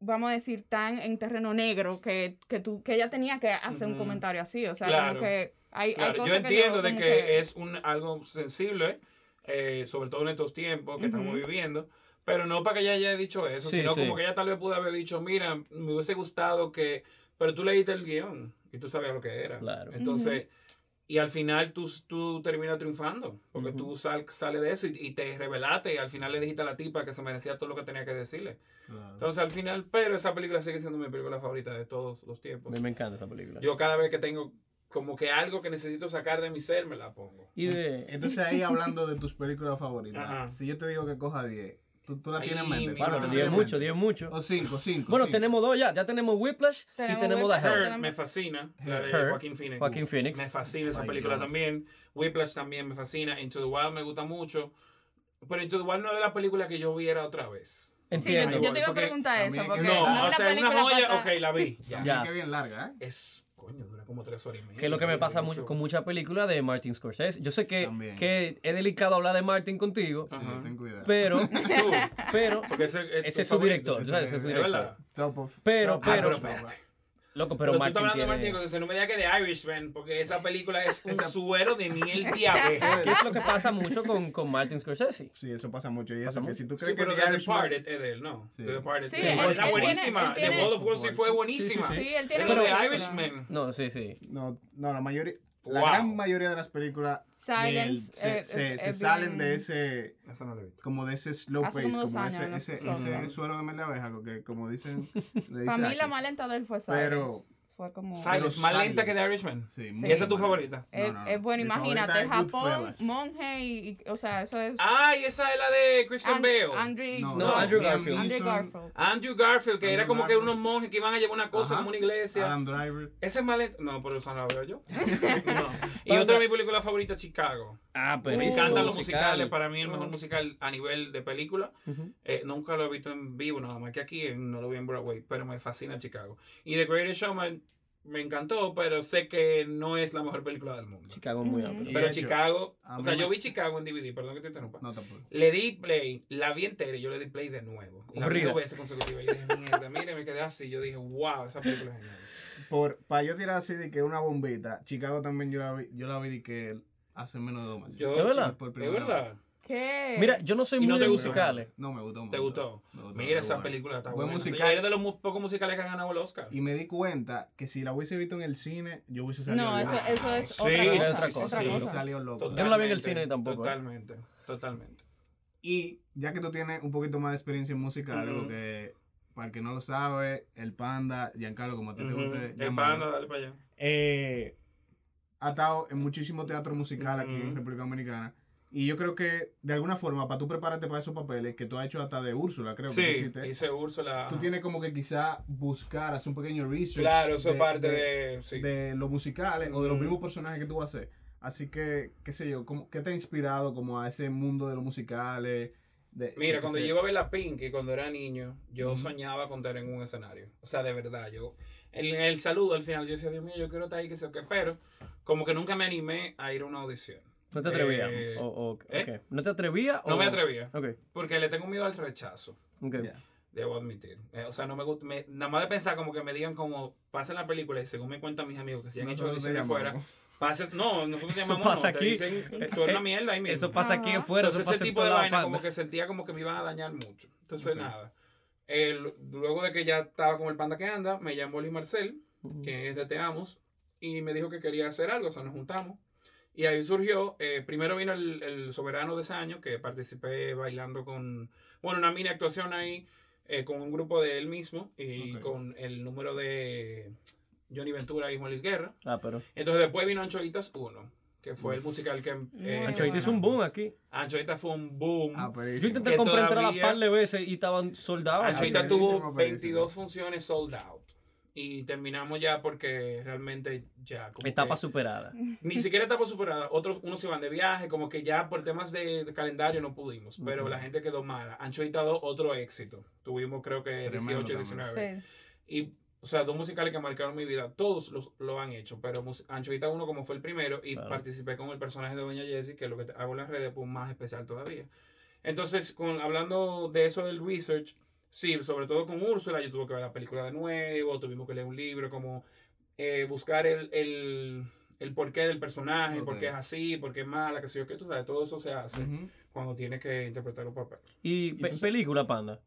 Speaker 3: vamos a decir, tan en terreno negro que, que, tú, que ella tenía que hacer un
Speaker 4: Ujú.
Speaker 3: comentario así. O sea,
Speaker 4: Claro.
Speaker 3: como que hay, hay
Speaker 4: Claro, yo
Speaker 3: cosas que
Speaker 4: entiendo de
Speaker 3: como
Speaker 4: que, es un, algo sensible, eh, sobre todo en estos tiempos que estamos
Speaker 3: Ujú.
Speaker 4: viviendo, pero no para que ella haya dicho eso,
Speaker 2: Sí,
Speaker 4: sino
Speaker 2: sí.
Speaker 4: como que ella tal vez pudo haber dicho, mira, me hubiese gustado que, pero tú leíste el guión y tú sabías lo que era.
Speaker 2: Claro.
Speaker 4: Entonces, y al final tú, tú terminas triunfando, porque
Speaker 2: Ujú.
Speaker 4: tú sal- sales de eso y, y te revelaste y al final le dijiste a la tipa que se merecía todo lo que tenía que decirle.
Speaker 1: Claro.
Speaker 4: Entonces, al final, pero esa película sigue siendo mi película favorita de todos los
Speaker 2: A
Speaker 4: tiempos.
Speaker 2: mí me encanta esa película.
Speaker 4: Yo cada vez que tengo como que algo que necesito sacar de mi ser, me la pongo.
Speaker 2: Y de.
Speaker 1: Entonces ahí hablando de tus películas favoritas,
Speaker 4: Ajá.
Speaker 1: si yo te digo que coja 10, tú, tú la
Speaker 4: Ay,
Speaker 1: tienes en mente.
Speaker 4: mi
Speaker 1: ¿Tú la
Speaker 4: hermano,
Speaker 1: tienes
Speaker 2: Dio
Speaker 1: en
Speaker 2: mucho,
Speaker 1: mente?
Speaker 2: dio mucho.
Speaker 1: O 5, 5.
Speaker 2: Bueno, tenemos dos ya. Ya tenemos Whiplash y
Speaker 3: Tenemos
Speaker 2: tenemos
Speaker 3: Whiplash.
Speaker 2: The Help.
Speaker 4: Her me fascina, la de
Speaker 2: Her.
Speaker 4: Joaquín Phoenix.
Speaker 2: Joaquín
Speaker 4: Uf,
Speaker 2: Phoenix.
Speaker 4: Me fascina esa
Speaker 1: Ay,
Speaker 4: película
Speaker 1: Dios.
Speaker 4: también. Whiplash también me fascina. Into the Wild me gusta mucho. Pero Into the Wild no es de las películas que yo viera otra
Speaker 3: Sí,
Speaker 4: vez.
Speaker 3: yo,
Speaker 2: Entiendo.
Speaker 3: yo te iba a
Speaker 4: Porque
Speaker 3: preguntar
Speaker 1: también
Speaker 3: eso,
Speaker 1: hay que-
Speaker 3: porque
Speaker 1: Ok,
Speaker 4: no,
Speaker 1: no
Speaker 4: o
Speaker 3: una
Speaker 4: sea, es una
Speaker 3: película
Speaker 4: joya.
Speaker 3: pa-
Speaker 4: Ok, la vi. Ya.
Speaker 2: Ya.
Speaker 1: Qué bien larga, ¿eh?
Speaker 4: Es, coño, dura como tres horas y media.
Speaker 2: Que es lo que me pasa
Speaker 4: Eso.
Speaker 2: mucho con muchas películas de Martin Scorsese. Yo sé que,
Speaker 1: También.
Speaker 2: que es delicado hablar de Martin contigo,
Speaker 4: Ajá.
Speaker 1: Sí, Ten cuidado.
Speaker 2: pero,
Speaker 4: Tú,
Speaker 2: pero,
Speaker 4: Ah. porque ese,
Speaker 2: ese
Speaker 4: tu
Speaker 2: es su
Speaker 4: favorito.
Speaker 2: director.
Speaker 1: ese-
Speaker 2: ¿sabes? Ese es su
Speaker 4: Es
Speaker 2: director.
Speaker 4: verdad.
Speaker 1: Top of-
Speaker 2: Pero,
Speaker 1: top of-
Speaker 4: Ah,
Speaker 2: pero-
Speaker 4: pero espérate.
Speaker 2: Loco, pero,
Speaker 4: Pero, tú
Speaker 2: Martin
Speaker 4: estás hablando de
Speaker 2: tiene...
Speaker 4: Martin, entonces no me digas que de Irishman, porque esa película es un
Speaker 1: Esa-
Speaker 4: suero de miel de abeja.
Speaker 2: ¿Qué es lo que pasa mucho con, con Martin Scorsese?
Speaker 1: Sí, eso pasa mucho. Y
Speaker 2: Pasa
Speaker 1: eso, que
Speaker 2: mucho.
Speaker 1: si tú
Speaker 4: Sí,
Speaker 1: crees que
Speaker 4: pero
Speaker 1: The
Speaker 4: The
Speaker 1: Irishman-
Speaker 4: Departed es de él, ¿no?
Speaker 1: Sí.
Speaker 4: The Departed.
Speaker 3: Sí,
Speaker 4: Sí,
Speaker 3: él-
Speaker 4: era
Speaker 3: él
Speaker 4: buenísima.
Speaker 3: tiene- él
Speaker 4: The
Speaker 3: tiene-
Speaker 4: Wall of Wall Street fue buenísima.
Speaker 2: Sí,
Speaker 3: Sí, él tiene
Speaker 2: Pero-
Speaker 4: Pero de
Speaker 3: película.
Speaker 4: Irishman.
Speaker 2: No, sí, sí.
Speaker 1: No, no, la mayoría, la
Speaker 4: Wow.
Speaker 1: gran mayoría de las películas de él
Speaker 3: Silence,
Speaker 1: se,
Speaker 3: eh,
Speaker 1: se-
Speaker 3: eh,
Speaker 1: se
Speaker 3: eh,
Speaker 1: salen
Speaker 3: bien-
Speaker 1: de ese,
Speaker 4: Eso no lo he visto.
Speaker 1: como de ese slow
Speaker 3: Hace
Speaker 1: pace,
Speaker 3: como dos
Speaker 1: como
Speaker 3: años,
Speaker 1: ese,
Speaker 3: ¿no?
Speaker 1: ese,
Speaker 3: Son,
Speaker 1: ese
Speaker 3: ¿no?
Speaker 1: suelo de mel de abeja, que como dicen, le dice
Speaker 3: Para mí la
Speaker 1: Axel.
Speaker 3: más lenta de él fue Silence.
Speaker 1: Pero-
Speaker 3: Fue como...
Speaker 1: Silence.
Speaker 4: Silence, más
Speaker 1: Silence.
Speaker 4: lenta que The Irishman.
Speaker 1: Sí,
Speaker 3: Sí.
Speaker 1: muy
Speaker 4: ¿Esa es tu
Speaker 1: mala.
Speaker 4: favorita?
Speaker 1: No,
Speaker 3: Es,
Speaker 1: no, no.
Speaker 3: es bueno,
Speaker 1: Mi favorita
Speaker 3: imagínate,
Speaker 1: es
Speaker 3: Japón,
Speaker 1: Goodfellas.
Speaker 3: monje y, y- O sea, eso es...
Speaker 4: Ay, esa es la de Christian
Speaker 3: And-
Speaker 4: Bale.
Speaker 3: Andrew,
Speaker 1: No,
Speaker 2: No, Andrew
Speaker 1: Liam
Speaker 2: Garfield.
Speaker 3: Andrew
Speaker 1: Neeson,
Speaker 3: Garfield.
Speaker 4: Andrew Garfield, Ah. que
Speaker 1: Andrew
Speaker 4: era como
Speaker 1: Garfield.
Speaker 4: que unos monjes que iban a llevar una cosa
Speaker 1: Ajá.
Speaker 4: como una iglesia.
Speaker 1: Adam Driver.
Speaker 4: Esa es más lenta. No, pero esa no la veo yo. No. Y otra de mis películas favoritas, Chicago.
Speaker 2: Ah, pero
Speaker 4: Me
Speaker 2: es
Speaker 4: encantan
Speaker 2: un
Speaker 4: los
Speaker 2: musical.
Speaker 4: musicales. Para mí, el mejor
Speaker 3: Mm.
Speaker 4: musical a nivel de película.
Speaker 2: Ujú.
Speaker 4: Eh, nunca lo he visto en vivo, nada más que aquí, en- no lo vi en Broadway, pero me fascina Chicago. Y The Greatest Showman me encantó, pero sé que no es la mejor película del mundo.
Speaker 2: Chicago es muy
Speaker 3: Ujú.
Speaker 2: amplio.
Speaker 1: Y
Speaker 4: Pero
Speaker 1: de hecho,
Speaker 4: Chicago,
Speaker 1: a
Speaker 4: o
Speaker 1: mí
Speaker 4: sea,
Speaker 1: me-
Speaker 4: yo vi Chicago en DVD, perdón que te interrumpa.
Speaker 1: No, tampoco.
Speaker 4: Le di play, la vi entera y yo le di play de nuevo. La vi
Speaker 2: Corrida.
Speaker 4: dos veces consecutivas. Yo dije, mierda, mire, me quedé así. Yo dije, wow, esa película es genial.
Speaker 1: Por, para yo tirar así de que una bombita, Chicago también yo la vi, yo la vi de que hace menos de dos meses.
Speaker 4: Yo,
Speaker 2: ¿Es verdad?
Speaker 1: Por
Speaker 4: es
Speaker 1: primera vez.
Speaker 4: verdad.
Speaker 3: ¿Qué?
Speaker 2: Mira, yo no soy
Speaker 4: ¿Y
Speaker 2: muy
Speaker 4: no
Speaker 2: de
Speaker 4: te gustó?
Speaker 2: musicales.
Speaker 1: No, me gustó mucho.
Speaker 4: ¿Te gustó?
Speaker 1: Me gustó,
Speaker 4: Mira, esa
Speaker 1: bueno.
Speaker 4: película está
Speaker 1: Buen
Speaker 4: buena.
Speaker 1: musical.
Speaker 4: Señora, es de los mu- pocos musicales que han ganado el Oscar.
Speaker 1: Y me di cuenta que si la hubiese visto en el cine, yo hubiese salido
Speaker 3: No, eso,
Speaker 1: loco.
Speaker 3: eso es
Speaker 4: Sí,
Speaker 3: otra cosa.
Speaker 2: sí, sí,
Speaker 3: otra
Speaker 2: sí.
Speaker 1: Yo
Speaker 3: cosa.
Speaker 1: salió loco.
Speaker 2: Total. Yo no la vi en el cine tampoco, ¿eh?
Speaker 4: Totalmente, totalmente.
Speaker 1: Y ya que tú tienes un poquito más de experiencia en música, algo
Speaker 4: Ujú.
Speaker 1: que para el que no lo sabe, el panda, Giancarlo, como a ti te
Speaker 4: Ujú.
Speaker 1: gusta
Speaker 4: El
Speaker 1: llamarlo,
Speaker 4: panda, dale para allá.
Speaker 1: eh, ha estado en muchísimo teatro musical aquí en
Speaker 4: Ujú.
Speaker 1: República Dominicana. Y yo creo que, de alguna forma, para tú prepararte para esos papeles, que tú has hecho hasta de Úrsula, creo que tú
Speaker 4: Sí,
Speaker 1: hiciste,
Speaker 4: hice Úrsula.
Speaker 1: tú tienes como que quizá buscar, hacer un pequeño research.
Speaker 4: Claro, eso es
Speaker 1: de-
Speaker 4: parte
Speaker 1: de-
Speaker 4: de. sí. Mm.
Speaker 1: de los musicales o de los
Speaker 4: Ujú.
Speaker 1: mismos personajes que tú vas a hacer. Así que, qué sé yo, ¿cómo- ¿qué te ha inspirado como a ese mundo de los musicales? De,
Speaker 4: Mira,
Speaker 1: qué
Speaker 4: cuando
Speaker 1: sé
Speaker 4: yo iba a ver la Pinky, cuando era niño, yo
Speaker 1: Ujú.
Speaker 4: soñaba con estar en un escenario. O sea, de verdad, yo. En el saludo al final, yo decía, Dios mío, yo quiero estar ahí, que sé yo qué, pero como que nunca me animé a ir a una audición.
Speaker 2: ¿No te atrevías?
Speaker 4: Eh,
Speaker 2: O- o-
Speaker 4: ¿eh?
Speaker 2: ok. ¿No te atrevías?
Speaker 4: No
Speaker 2: o-
Speaker 4: me
Speaker 1: Oh.
Speaker 4: atrevía,
Speaker 2: Ok,
Speaker 4: porque le tengo miedo al rechazo,
Speaker 2: ok.
Speaker 1: Ya.
Speaker 4: debo admitir. Eh, o sea, no me gusta, me- nada más de pensar como que me digan como pasa en la película y según me cuentan mis amigos que si han hecho
Speaker 1: Nosotros te
Speaker 4: audiciones
Speaker 1: llamamos.
Speaker 4: afuera, pases, no, nosotros te
Speaker 2: Eso
Speaker 4: llamamos, no,
Speaker 2: pasa
Speaker 4: te
Speaker 2: aquí.
Speaker 4: dicen, tú eres
Speaker 2: Eh,
Speaker 4: una mierda ahí mismo.
Speaker 2: Eso pasa aquí
Speaker 3: Ajá.
Speaker 2: afuera, eso
Speaker 4: Entonces
Speaker 2: pasa
Speaker 4: ese
Speaker 2: en
Speaker 4: tipo
Speaker 2: toda
Speaker 4: de
Speaker 2: la
Speaker 4: vaina
Speaker 2: panda.
Speaker 4: como que sentía como que me iban a dañar mucho. Entonces
Speaker 1: Ok.
Speaker 4: nada. El- luego de que ya estaba con el panda que anda, me llamó Luis Marcel,
Speaker 2: Mm.
Speaker 4: que es de Te Amos, y me dijo que quería hacer algo, o sea, nos juntamos. Y ahí surgió, eh, primero vino el, el soberano de ese año, que participé bailando con, bueno, una mini actuación ahí, eh, con un grupo de él mismo y
Speaker 1: Ok.
Speaker 4: con el número de Johnny Ventura y Juan Luis Guerra.
Speaker 2: Ah, pero.
Speaker 4: Entonces después vino Anchoitas 1, que fue el musical que... eh,
Speaker 3: Muy
Speaker 2: Ancho, ahí te hizo un boom aquí.
Speaker 4: Anchoita fue un boom.
Speaker 1: Ah, pero
Speaker 2: Yo intenté
Speaker 4: Que
Speaker 2: comprar entradas
Speaker 4: todavía-
Speaker 2: par de veces y estaban soldados.
Speaker 1: Anchoita-
Speaker 4: Anchoita
Speaker 1: Aperísimo,
Speaker 4: tuvo
Speaker 1: aperísimo.
Speaker 4: 22 funciones sold out. Y terminamos ya porque realmente ya. como
Speaker 2: Etapa
Speaker 4: que-
Speaker 2: superada.
Speaker 4: Ni siquiera etapa superada. Otros, unos se van de viaje, como que ya por temas de, de calendario no pudimos. Pero
Speaker 2: Ujú.
Speaker 4: la gente quedó mala. Anchoita 2, otro éxito. Tuvimos creo que
Speaker 1: Tremendo
Speaker 4: 18 y
Speaker 1: también.
Speaker 4: 19.
Speaker 3: Sí.
Speaker 4: Y, o sea, dos musicales que marcaron mi vida. Todos los, lo han hecho. Pero mus- Anchoita 1, como fue el primero, y
Speaker 2: Claro.
Speaker 4: participé con el personaje de Doña Jessie, que es lo que te- hago en las redes, pues más especial todavía. Entonces, con, hablando de eso del research, sí, sobre todo con Úrsula, yo tuve que ver la película de nuevo, tuvimos que leer un libro, como eh, buscar el, el, el porqué del personaje, por
Speaker 1: Ok.
Speaker 4: qué es así, por qué es mala, qué sé yo qué, tú sabes, todo eso se hace
Speaker 1: Ujú.
Speaker 4: cuando tienes que interpretar un papel.
Speaker 2: Y pe-
Speaker 1: tú-
Speaker 2: película, panda.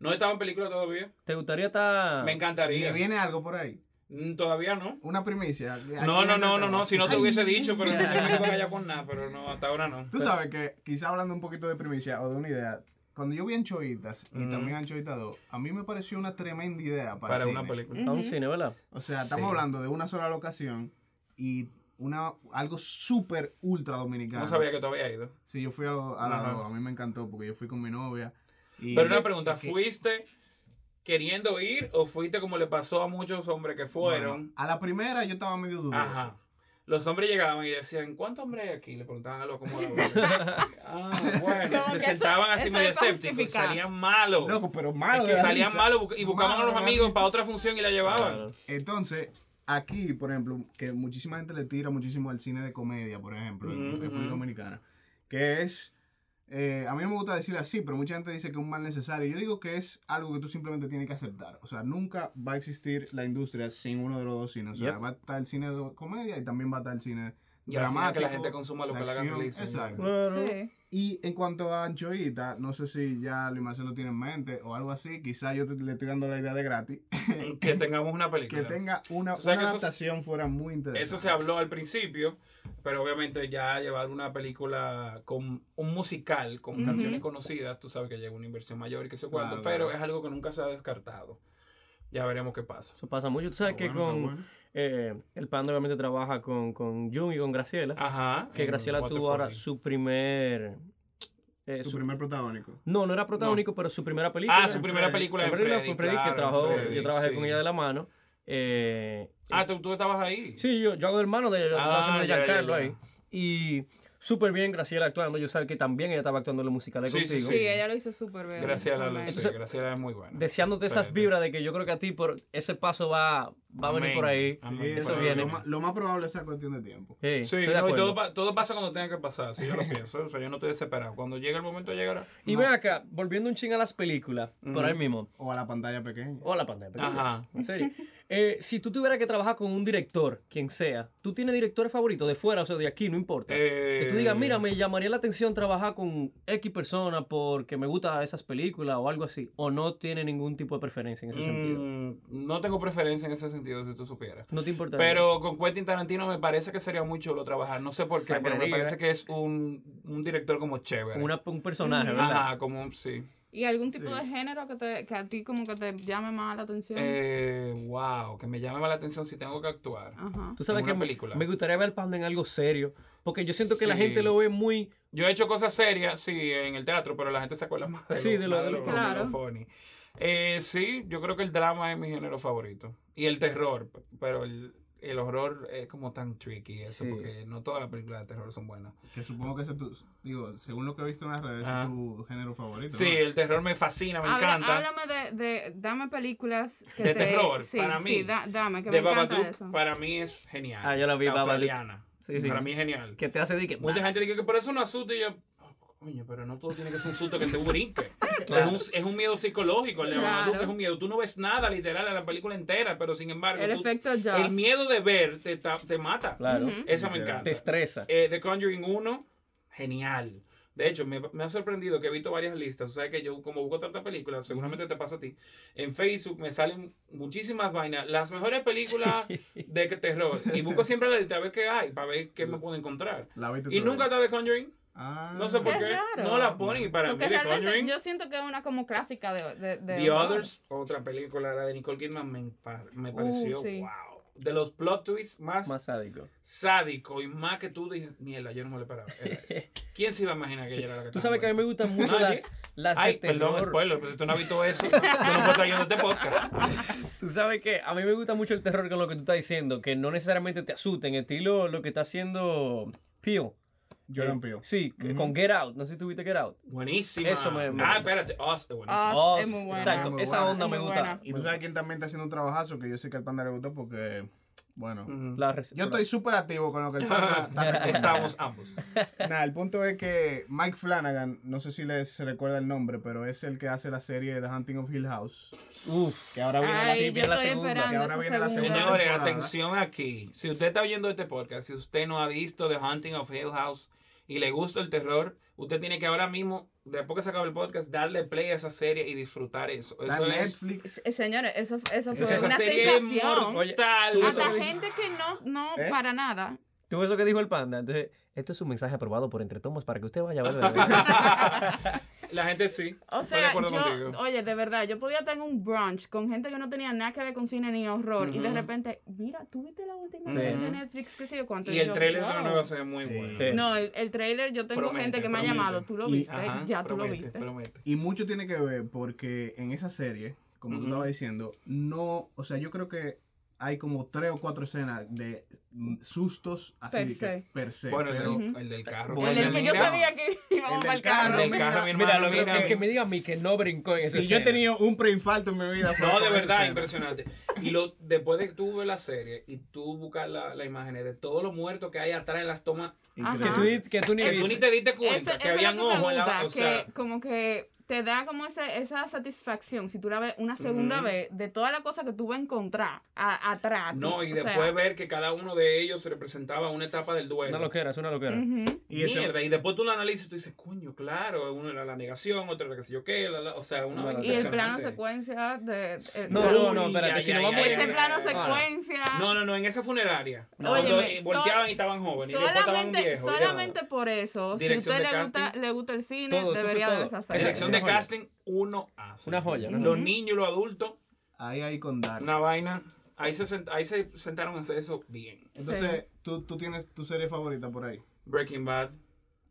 Speaker 4: No estaba en película todavía,
Speaker 2: ¿Te gustaría estar.?
Speaker 4: me
Speaker 1: ¿Le
Speaker 4: encantaría.
Speaker 1: viene algo por ahí?
Speaker 4: Mm, Todavía no.
Speaker 1: ¿Una primicia? Aquí
Speaker 4: No, no,
Speaker 1: en
Speaker 4: no,
Speaker 1: el
Speaker 4: no, no,
Speaker 1: trabajo.
Speaker 4: si no te
Speaker 1: Ay.
Speaker 4: hubiese dicho, pero no me quedo callado con nada, pero no, hasta ahora no.
Speaker 1: Tú sabes que, quizá hablando un poquito de primicia o de una idea, cuando yo vi Anchoitas y
Speaker 4: Ujú.
Speaker 1: también Anchoitas 2, a mí me pareció una tremenda idea para, el
Speaker 4: Para una
Speaker 1: cine.
Speaker 4: película.
Speaker 2: A un
Speaker 3: Ujú.
Speaker 2: cine, ¿verdad?
Speaker 1: O sea,
Speaker 4: Sí.
Speaker 1: estamos hablando de una sola locación y una algo súper ultra dominicano.
Speaker 4: No sabía que te había ido.
Speaker 1: Sí, yo fui a, lo- a la
Speaker 4: Ajá.
Speaker 1: dos, A mí me encantó porque yo fui con mi novia. Y
Speaker 4: Pero una pregunta,
Speaker 1: que-
Speaker 4: ¿fuiste queriendo ir o fuiste como le pasó a muchos hombres que
Speaker 1: bueno,
Speaker 4: fueron?
Speaker 1: a la primera yo estaba medio dudoso.
Speaker 4: Ajá. Los hombres llegaban y decían, ¿cuántos hombres hay aquí? Le preguntaban a los acomodadores. ah, bueno.
Speaker 3: Como
Speaker 4: Se
Speaker 3: que
Speaker 4: sentaban
Speaker 3: eso-
Speaker 4: así
Speaker 3: eso
Speaker 4: medio
Speaker 3: es para
Speaker 4: escépticos y
Speaker 3: justificar.
Speaker 4: salían malos.
Speaker 1: Loco, pero
Speaker 4: Es
Speaker 1: malo.
Speaker 4: que
Speaker 1: de la
Speaker 4: salían
Speaker 1: risa.
Speaker 4: malos bu- y buscaban
Speaker 1: Malo
Speaker 4: a los
Speaker 1: de la
Speaker 4: amigos
Speaker 1: risa.
Speaker 4: para otra función y la llevaban.
Speaker 1: Entonces, aquí, por ejemplo, que muchísima gente le tira muchísimo al cine de comedia, por ejemplo, en
Speaker 4: Ujú,
Speaker 1: República
Speaker 4: ujú.
Speaker 1: Dominicana, que es, eh, a mí no me gusta decir así, pero mucha gente dice que es un mal necesario. Yo digo que es algo que tú simplemente tienes que aceptar. O sea, nunca va a existir la industria sin uno de los dos cines. O sea,
Speaker 2: Yep.
Speaker 1: va a estar el cine de comedia y también va a estar el cine
Speaker 4: Y al final
Speaker 1: dramático.
Speaker 4: que la gente consuma lo
Speaker 1: de
Speaker 4: que la hagan
Speaker 1: acción.
Speaker 4: feliz.
Speaker 1: Exacto.
Speaker 2: Claro.
Speaker 3: Sí.
Speaker 1: Y en cuanto a Anchoita, no sé si ya Luis Marcelo tiene en mente o algo así, quizá yo te- le estoy dando la idea de gratis,
Speaker 4: Que tengamos una
Speaker 1: que
Speaker 4: película.
Speaker 1: tenga una,
Speaker 4: O sea,
Speaker 1: una
Speaker 4: que eso es-
Speaker 1: adaptación fuera muy interesante.
Speaker 4: Eso se habló al principio, pero obviamente ya llevar una película con un musical, con
Speaker 3: Ujú.
Speaker 4: canciones conocidas, tú sabes que llega una inversión mayor y que sé cuánto,
Speaker 1: Claro,
Speaker 4: pero
Speaker 1: claro.
Speaker 4: es algo que nunca se ha descartado. Ya veremos qué pasa.
Speaker 2: Eso pasa mucho. Tú sabes
Speaker 1: Está
Speaker 2: que
Speaker 1: bueno, está
Speaker 2: con.
Speaker 1: bueno.
Speaker 2: eh, el panda obviamente trabaja con, con Jun y con Graciela.
Speaker 4: Ajá.
Speaker 2: que
Speaker 4: en
Speaker 2: Graciela
Speaker 4: What the
Speaker 2: tuvo ahora
Speaker 4: Fuck.
Speaker 2: su primer. eh,
Speaker 1: Su
Speaker 2: su-
Speaker 1: primer protagónico.
Speaker 2: No, no era protagónico, pero su primera película.
Speaker 4: Ah, su primera
Speaker 1: Freddy.
Speaker 4: película
Speaker 2: La
Speaker 4: de
Speaker 2: película
Speaker 4: Freddy.
Speaker 2: fue Freddy,
Speaker 4: claro,
Speaker 2: que trabajó.
Speaker 4: Freddy,
Speaker 2: yo trabajé
Speaker 4: sí.
Speaker 2: con ella de la mano. eh,
Speaker 4: Ah, ¿tú, tú estabas ahí.
Speaker 2: Sí, yo, yo hago de hermano de la
Speaker 4: Ah,
Speaker 2: relación de
Speaker 4: ya, ya,
Speaker 2: Giancarlo
Speaker 4: ya.
Speaker 2: ahí. Y súper bien Graciela actuando. Yo sabía que también ella estaba actuando en los musicales
Speaker 4: Sí, sí,
Speaker 2: contigo.
Speaker 3: Sí, ella lo hizo súper bien.
Speaker 4: Graciela, lo-
Speaker 3: Realmente.
Speaker 4: sí, Graciela es muy buena.
Speaker 2: Deseándote esas
Speaker 4: Freddy.
Speaker 2: vibras de que yo creo que a ti por ese paso va, va a venir
Speaker 4: Amén.
Speaker 2: por ahí.
Speaker 4: Amén.
Speaker 1: Sí,
Speaker 2: Eso
Speaker 1: lo-
Speaker 2: viene.
Speaker 1: Lo, más- lo más probable es esa cuestión de tiempo.
Speaker 2: Sí,
Speaker 4: Sí,
Speaker 2: estoy de
Speaker 4: no, y
Speaker 2: acuerdo.
Speaker 4: todo, pa- todo pasa cuando tenga que pasar, si yo lo pienso. O sea, yo no estoy desesperado. Cuando llegue el momento, llegará.
Speaker 2: Y ven acá, volviendo un ching a las películas, por ahí mismo.
Speaker 1: O a la pantalla pequeña.
Speaker 2: O a la pandemia.
Speaker 4: Ajá.
Speaker 2: En serio. Eh, si tú tuvieras que trabajar con un director, quien sea, ¿tú tienes directores favoritos de fuera, o sea, de aquí, no importa? Que tú
Speaker 4: Eh,
Speaker 2: digas, mira, me llamaría la atención trabajar con X persona porque me gustan esas películas o algo así. O no tiene ningún tipo de preferencia en
Speaker 4: Mm,
Speaker 2: ese sentido.
Speaker 4: No tengo preferencia en ese sentido, si tú supieras.
Speaker 2: No te importa.
Speaker 4: Pero con Quentin Tarantino me parece que sería muy chulo trabajar. No sé por qué, pero me
Speaker 2: Sacrería,
Speaker 4: parece
Speaker 2: ¿eh?
Speaker 4: que es un, un director como chévere.
Speaker 2: Una- un personaje,
Speaker 3: Ujú.
Speaker 2: ¿verdad?
Speaker 4: Ajá, como, sí.
Speaker 3: ¿Y algún tipo
Speaker 1: Sí.
Speaker 3: de género que, te, que a ti como que te llame más la atención?
Speaker 4: Eh, wow, que me llame más la atención si tengo que actuar.
Speaker 3: Ajá.
Speaker 2: Tú sabes
Speaker 4: Una
Speaker 2: que me-
Speaker 4: película.
Speaker 2: me gustaría ver al panda en algo serio. Porque yo siento que la
Speaker 4: Sí.
Speaker 2: gente lo ve muy.
Speaker 4: Yo he hecho cosas serias, sí, en el teatro, pero la gente se acuerda más de
Speaker 2: Sí,
Speaker 4: lo,
Speaker 2: de lo-
Speaker 4: más
Speaker 2: de lo-
Speaker 4: de
Speaker 3: Claro.
Speaker 4: lo funny. Eh, sí, yo creo que el drama es mi género favorito. Y el terror, p- pero el, el horror es como tan tricky eso,
Speaker 2: Sí.
Speaker 4: porque no todas las películas de terror son buenas.
Speaker 1: Que supongo que ese tu, digo, según lo que he visto en las redes,
Speaker 4: Ajá.
Speaker 1: es tu género favorito.
Speaker 4: Sí,
Speaker 1: ¿no?
Speaker 4: el terror me fascina, me
Speaker 3: Habla-
Speaker 4: encanta.
Speaker 3: Háblame de, de- dame películas que
Speaker 4: De
Speaker 3: te-
Speaker 4: terror,
Speaker 3: sí,
Speaker 4: para mí.
Speaker 3: Sí, da- dame, que
Speaker 4: de
Speaker 3: me encanta
Speaker 4: Babadook,
Speaker 3: eso.
Speaker 4: para mí es genial.
Speaker 2: Ah, yo la vi,
Speaker 4: La
Speaker 2: Babadook.
Speaker 4: australiana.
Speaker 2: Sí, sí.
Speaker 4: Para mí es genial.
Speaker 2: que te hace de que.
Speaker 4: Mucha gente dice que por eso no asusta y yo, "Oh, coño, pero no todo tiene que ser un susto que te brinque.
Speaker 2: Claro.
Speaker 4: es, un, es un miedo psicológico, el de
Speaker 3: Claro.
Speaker 4: Babadook es un miedo. Tú no ves nada literal a la película entera, pero sin embargo,
Speaker 3: El
Speaker 4: tú-
Speaker 3: efecto Jaws.
Speaker 4: el miedo de ver te, ta- te mata.
Speaker 2: Claro.
Speaker 3: Ujú.
Speaker 4: Esa me
Speaker 1: Literal.
Speaker 4: encanta.
Speaker 2: Te estresa.
Speaker 4: Eh, The Conjuring 1, genial. De hecho, me, me ha sorprendido que he visto varias listas. O sea, que yo, como busco tantas películas, seguramente te pasa a ti. En Facebook me salen muchísimas vainas. Las mejores películas de que- terror. Y busco siempre la lista a ver qué hay, para ver qué me puedo encontrar.
Speaker 1: La viste
Speaker 4: Y
Speaker 1: tú,
Speaker 4: nunca
Speaker 1: ¿verdad?
Speaker 4: está The Conjuring.
Speaker 1: Ah.
Speaker 4: No sé por
Speaker 3: Qué
Speaker 4: qué.
Speaker 3: raro.
Speaker 4: No la ponen. Y para
Speaker 3: Porque
Speaker 4: mí, The
Speaker 3: realmente
Speaker 4: Conjuring,
Speaker 3: yo siento que es una como clásica de... de, de
Speaker 4: The
Speaker 3: horror.
Speaker 4: Others, otra película, la de Nicole Kidman, me, empa- me
Speaker 3: Uh,
Speaker 4: pareció
Speaker 3: sí.
Speaker 4: wow. De los plot twists más,
Speaker 2: Más sádico.
Speaker 4: sádico y más que tú dices, mierda, yo no me lo esperaba. Era eso. ¿Quién se iba a imaginar que ella era la que
Speaker 2: Tú
Speaker 4: estaba
Speaker 2: sabes que a mí me
Speaker 4: muerta?
Speaker 2: gustan mucho
Speaker 4: Nadie.
Speaker 2: las, las de
Speaker 4: Ay, perdón,
Speaker 2: terror.
Speaker 4: spoiler, pero si tú no has visto eso, tú no puedes estar yendo este podcast.
Speaker 2: Tú sabes que a mí me gusta mucho el terror con lo que tú estás diciendo, que no necesariamente te asusten, estilo lo que está haciendo Peel.
Speaker 1: Jordan
Speaker 2: Eh,
Speaker 1: Peele.
Speaker 2: Sí, que- con Get Out. No sé si tuviste Get Out.
Speaker 4: Buenísima.
Speaker 2: Eso me- me-
Speaker 4: Ah, espérate, Oz es buenísima.
Speaker 3: Oz
Speaker 2: Oh,
Speaker 3: es muy buena.
Speaker 2: Exacto,
Speaker 1: Muy
Speaker 2: esa
Speaker 1: buena,
Speaker 2: onda
Speaker 3: es
Speaker 2: me
Speaker 3: muy
Speaker 2: gusta.
Speaker 3: buena.
Speaker 1: Y tú sabes quién también está haciendo un trabajazo que yo sé que al panda le gustó porque, bueno,
Speaker 4: Ujú.
Speaker 2: La res-
Speaker 1: yo estoy súper activo con lo que el panda está
Speaker 4: Estamos ambos.
Speaker 1: Nada, el punto es que Mike Flanagan, no sé si les recuerda el nombre, pero es el que hace la serie The Hunting of Hill House.
Speaker 2: Uf,
Speaker 1: Que ahora viene
Speaker 3: Ay,
Speaker 1: la
Speaker 2: sí,
Speaker 3: yo
Speaker 2: viene la
Speaker 3: estoy
Speaker 2: segunda.
Speaker 1: Que
Speaker 3: esperando
Speaker 1: ahora
Speaker 3: esa
Speaker 1: viene la
Speaker 3: segunda.
Speaker 1: segunda.
Speaker 4: Señores,
Speaker 1: temporada.
Speaker 4: atención aquí. Si usted está oyendo este podcast, si usted no ha visto The Hunting of Hill House y le gusta el terror, usted tiene que ahora mismo, después que se acabe el podcast, darle play a esa serie y disfrutar eso.
Speaker 1: Está
Speaker 4: Eso
Speaker 1: en
Speaker 4: es.
Speaker 1: Netflix.
Speaker 3: Eh, Señores, eso, eso fue
Speaker 1: Esa
Speaker 3: una
Speaker 4: serie es
Speaker 3: sensación.
Speaker 2: mortal.
Speaker 4: Tal.
Speaker 2: Tú
Speaker 3: A
Speaker 2: Eso
Speaker 3: la
Speaker 2: es-
Speaker 3: gente que no, no,
Speaker 1: ¿Eh?
Speaker 3: para nada.
Speaker 2: ¿Tú ves eso que dijo el panda? Entonces, esto es un mensaje aprobado por Entre Tomos para que usted vaya a verlo.
Speaker 4: La gente sí.
Speaker 3: O
Speaker 4: estoy de
Speaker 3: sea,
Speaker 4: acuerdo
Speaker 3: yo,
Speaker 4: contigo.
Speaker 3: oye, de verdad, yo podía tener un brunch con gente que no tenía nada que ver con cine ni horror. Y de
Speaker 4: Ujú.
Speaker 3: repente, mira, ¿tú viste la última
Speaker 2: Sí.
Speaker 3: serie de Netflix? ¿Qué sé yo cuánto?
Speaker 4: Y el
Speaker 3: yo,
Speaker 4: trailer de la
Speaker 3: wow.
Speaker 4: nueva se ve muy
Speaker 1: Sí.
Speaker 4: bueno.
Speaker 2: Sí.
Speaker 3: No, el, el trailer, yo tengo
Speaker 4: Promete,
Speaker 3: gente que me ha
Speaker 4: promete.
Speaker 3: llamado. ¿Tú lo
Speaker 1: Y-
Speaker 3: viste?
Speaker 4: Ajá,
Speaker 3: ya, tú lo
Speaker 4: promete,
Speaker 3: viste.
Speaker 4: promete.
Speaker 1: Y mucho tiene que ver porque en esa serie, como tú
Speaker 4: Ujú.
Speaker 1: estabas diciendo, no, o sea, yo creo que hay como tres o cuatro escenas de mm, sustos así
Speaker 3: Per
Speaker 1: de que
Speaker 3: se.
Speaker 1: per se.
Speaker 4: Bueno, el,
Speaker 1: pero
Speaker 4: del-
Speaker 3: Ujú.
Speaker 4: el del carro.
Speaker 2: Bueno,
Speaker 3: el del que yo
Speaker 4: mira,
Speaker 3: sabía que
Speaker 1: el
Speaker 3: íbamos
Speaker 1: del
Speaker 3: para el
Speaker 1: carro,
Speaker 3: carro.
Speaker 4: del carro, mi hermano,
Speaker 2: Mira, lo
Speaker 4: mira. eh.
Speaker 2: el que me diga a mí que no brincó en ese
Speaker 1: si yo tenía un preinfarto en mi vida. fue
Speaker 4: No,
Speaker 1: con
Speaker 4: de
Speaker 1: esa
Speaker 4: verdad,
Speaker 1: escena.
Speaker 4: impresionante. Y lo, después de que tú ves la serie y tú buscas la- las imágenes de todos los muertos que hay atrás en las tomas,
Speaker 1: Increíble.
Speaker 2: Que tú, di- que tú ni
Speaker 4: que Ah, tú ni
Speaker 2: viste.
Speaker 4: te diste cuenta
Speaker 3: Eso-
Speaker 4: que
Speaker 3: eso es lo
Speaker 4: habían
Speaker 3: que me
Speaker 4: ojos en
Speaker 3: gusta,
Speaker 4: la. O sea,
Speaker 3: que como que te da como ese, esa satisfacción si tú la ves una segunda
Speaker 4: Ujú.
Speaker 3: vez de toda la cosa que tú vas a encontrar a- atrás.
Speaker 4: no, y
Speaker 3: O sea,
Speaker 4: después ver que cada uno de ellos se representaba una etapa del duelo.
Speaker 2: Una loquera, es una loquera.
Speaker 3: ujú.
Speaker 1: Y eso-
Speaker 4: Mierda, y después tú lo analizas y tú dices, coño, claro, uno era la negación, otro era que sé yo qué, la, la", o sea, una
Speaker 2: No,
Speaker 4: vaina
Speaker 2: no,
Speaker 3: Y el plano
Speaker 4: impresionante.
Speaker 3: secuencia de... eh,
Speaker 2: No,
Speaker 3: de-
Speaker 2: no,
Speaker 4: Uy,
Speaker 2: no, espérate.
Speaker 4: ay,
Speaker 2: si nos
Speaker 4: ay,
Speaker 2: vamos
Speaker 4: ay,
Speaker 2: a ir-
Speaker 4: ay,
Speaker 3: Ese plano
Speaker 4: no, no.
Speaker 3: secuencia...
Speaker 4: No, no, no, en esa funeraria.
Speaker 2: No.
Speaker 4: Cuando
Speaker 3: Ah. Óyeme,
Speaker 4: eh, volteaban
Speaker 3: sol-
Speaker 4: y estaban jóvenes, y después estaban
Speaker 3: solamente,
Speaker 4: viejos. ya.
Speaker 3: solamente por eso, si a
Speaker 4: Dirección
Speaker 3: usted
Speaker 4: de
Speaker 3: le gusta,
Speaker 4: casting.
Speaker 3: le gusta el cine,
Speaker 2: Todo, eso fue
Speaker 3: debería
Speaker 2: todo.
Speaker 3: ver esa serie.
Speaker 4: Selección de
Speaker 2: Una joya.
Speaker 4: casting 1A.
Speaker 2: Una joya, ¿no?
Speaker 4: Los niños y los adultos,
Speaker 1: Ahí hay con dar.
Speaker 4: una vaina. Ahí se, sent- ahí se sentaron a hacer eso bien.
Speaker 1: Entonces, tú, tú tienes tu serie favorita por ahí.
Speaker 4: Breaking Bad.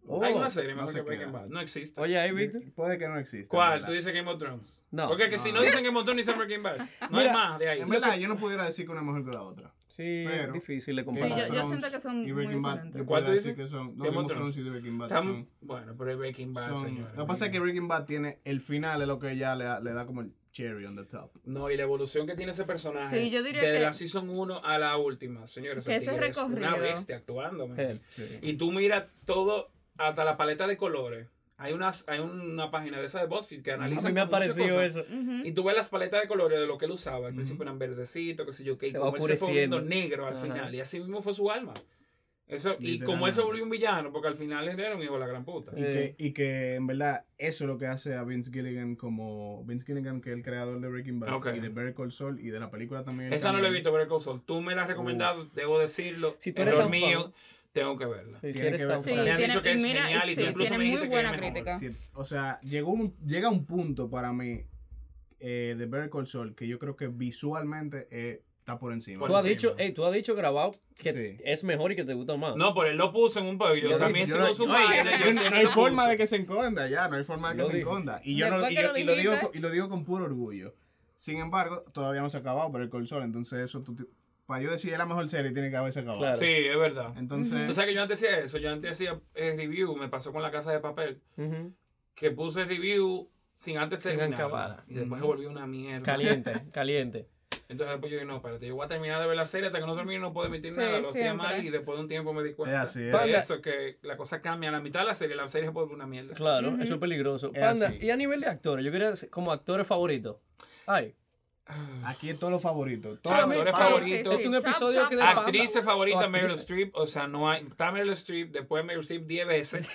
Speaker 2: Oh.
Speaker 4: Hay una serie
Speaker 1: No
Speaker 4: mejor
Speaker 1: se
Speaker 4: que Breaking
Speaker 1: queda.
Speaker 4: Bad. No existe.
Speaker 2: Oye, ahí, Víctor.
Speaker 1: Eh, Puede que no exista.
Speaker 4: ¿Cuál?
Speaker 1: en
Speaker 4: ¿Tú
Speaker 1: verdad.
Speaker 4: dices Game of Thrones?
Speaker 2: No.
Speaker 4: Porque que si no dicen Game of Thrones, dicen Breaking Bad. No hay
Speaker 2: Mira,
Speaker 4: más de ahí.
Speaker 1: En verdad, yo no pudiera decir que una es mejor que la otra.
Speaker 2: Sí,
Speaker 1: Pero-
Speaker 2: difícil de
Speaker 1: Game
Speaker 3: Sí,
Speaker 1: of
Speaker 3: yo-
Speaker 2: comparar.
Speaker 3: yo
Speaker 1: Thrones
Speaker 3: siento que son
Speaker 1: y
Speaker 3: muy
Speaker 1: Breaking Bad,
Speaker 3: diferentes.
Speaker 1: yo
Speaker 4: ¿Cuál tú
Speaker 1: pudiera decir
Speaker 4: dices?
Speaker 1: que son. No,
Speaker 4: Game
Speaker 1: Game
Speaker 4: of
Speaker 1: of Thrones y Breaking Bad
Speaker 4: Tam-
Speaker 1: son.
Speaker 4: Bueno, pero es Breaking Bad,
Speaker 1: son-
Speaker 4: señor.
Speaker 1: Lo que pasa es que Breaking Bad tiene. El final es lo que ya le, da- le da como el cherry on the top.
Speaker 4: No, y la evolución que tiene ese personaje.
Speaker 3: Sí, yo diría
Speaker 4: Desde
Speaker 3: que-
Speaker 4: la season 1 a la última, señores.
Speaker 3: Que
Speaker 4: ese
Speaker 3: ese
Speaker 4: tigre es una
Speaker 3: recorrido.
Speaker 4: bestia actuando. man.
Speaker 2: Eh,
Speaker 1: Sí.
Speaker 4: Y tú miras todo, hasta la paleta de colores. Hay, unas, hay una página de esa de BuzzFeed que
Speaker 2: A
Speaker 4: analiza.
Speaker 2: mí me ha
Speaker 4: muchas
Speaker 2: parecido
Speaker 4: cosas.
Speaker 2: eso.
Speaker 3: Ujú.
Speaker 4: Y tú ves las paletas de colores de lo que él usaba. Al principio eran verdecitos, qué sé yo, qué. Y
Speaker 2: Se va
Speaker 4: como él se fue volviendo
Speaker 2: oscureciendo.
Speaker 4: negro al
Speaker 2: Ajá.
Speaker 4: final. Y así mismo fue su alma. Eso, y
Speaker 1: Literalmente.
Speaker 4: como él se volvió un villano, porque al final él era un hijo de la gran puta.
Speaker 1: Y, que, y que en verdad eso es lo que hace a Vince Gilligan como Vince Gilligan que es el creador de Breaking Bad
Speaker 4: Ok.
Speaker 1: y de Better Call Saul y de la película también.
Speaker 4: Esa no la he
Speaker 1: también.
Speaker 4: visto, Breaker Soul. Tú me la has recomendado, debo decirlo.
Speaker 2: Si tú eres
Speaker 4: error
Speaker 2: tan fan.
Speaker 4: mío, tengo que verla.
Speaker 2: Sí, si
Speaker 1: Tiene
Speaker 2: eres
Speaker 1: que
Speaker 2: tan
Speaker 1: ver
Speaker 3: Sí,
Speaker 1: con-
Speaker 2: fan.
Speaker 4: Me han
Speaker 3: tiene,
Speaker 4: dicho que
Speaker 3: y
Speaker 4: es
Speaker 3: mira,
Speaker 4: genial y tú
Speaker 3: sí,
Speaker 4: incluso
Speaker 3: tiene
Speaker 4: me
Speaker 3: muy
Speaker 4: dijiste que es
Speaker 3: buena
Speaker 4: mejor.
Speaker 3: crítica.
Speaker 1: Sí, o sea, llegó un, llega un punto para mí eh, de Better Call Saul que yo creo que visualmente eh, está por encima.
Speaker 2: Tú has
Speaker 4: encima.
Speaker 2: dicho, ey, tú has dicho grabado que
Speaker 1: Sí.
Speaker 2: es mejor y que te gusta más.
Speaker 4: No, pero él lo puso en un pabellón.
Speaker 2: Yo
Speaker 4: también
Speaker 1: Yo
Speaker 4: sigo
Speaker 1: no,
Speaker 4: su
Speaker 1: no,
Speaker 4: vaina.
Speaker 1: y-
Speaker 4: yo
Speaker 1: y
Speaker 4: sé
Speaker 1: no
Speaker 4: que
Speaker 1: hay
Speaker 4: lo
Speaker 1: forma
Speaker 4: puso.
Speaker 1: de que se enconda, ya, no hay forma de que
Speaker 2: Lo
Speaker 1: se
Speaker 2: dijo.
Speaker 1: enconda. Y, yo no-
Speaker 3: Después
Speaker 1: y
Speaker 3: que
Speaker 1: yo-
Speaker 3: lo
Speaker 1: y lo digo,
Speaker 3: dijiste.
Speaker 1: con- y lo digo con puro orgullo. Sin embargo, todavía no se ha acabado Better Call Saul, entonces eso, tú te- para yo decir es la mejor serie, tiene que haberse acabado.
Speaker 2: Claro.
Speaker 4: Sí, es verdad.
Speaker 1: Entonces,
Speaker 4: Tú sabes que yo antes hacía eso. Yo antes hacía eh, review. Me pasó con la casa de papel.
Speaker 2: Ujú.
Speaker 4: Que puse review sin antes
Speaker 2: Sin
Speaker 4: terminar.
Speaker 2: acabar.
Speaker 4: Y después se volvió una mierda.
Speaker 2: Caliente, caliente.
Speaker 4: Entonces después yo dije, no, espérate, yo voy a terminar de ver la serie hasta que no termine, no puedo emitir
Speaker 3: Sí,
Speaker 4: nada, lo hacía
Speaker 3: siempre.
Speaker 4: mal y después de un tiempo me di cuenta.
Speaker 1: Es así, es.
Speaker 4: Por
Speaker 2: Panda.
Speaker 4: eso es que la cosa cambia, la mitad de la serie, la serie se vuelve una mierda.
Speaker 2: Claro, eso es peligroso.
Speaker 1: Es
Speaker 2: Panda,
Speaker 1: así.
Speaker 2: y a nivel de actores, yo quería decir, como actores favoritos. Ay,
Speaker 1: aquí es todo lo favorito. Todo
Speaker 4: Sus
Speaker 1: lo-
Speaker 4: actores
Speaker 3: sí,
Speaker 4: favoritos,
Speaker 3: sí, sí.
Speaker 2: este es un
Speaker 3: Top,
Speaker 2: episodio
Speaker 3: top,
Speaker 2: que de
Speaker 3: top.
Speaker 4: Actrices
Speaker 2: O
Speaker 4: favoritas Meryl
Speaker 2: actrices.
Speaker 4: Streep, o sea, no hay, está Meryl Streep, después Meryl Streep 10 veces,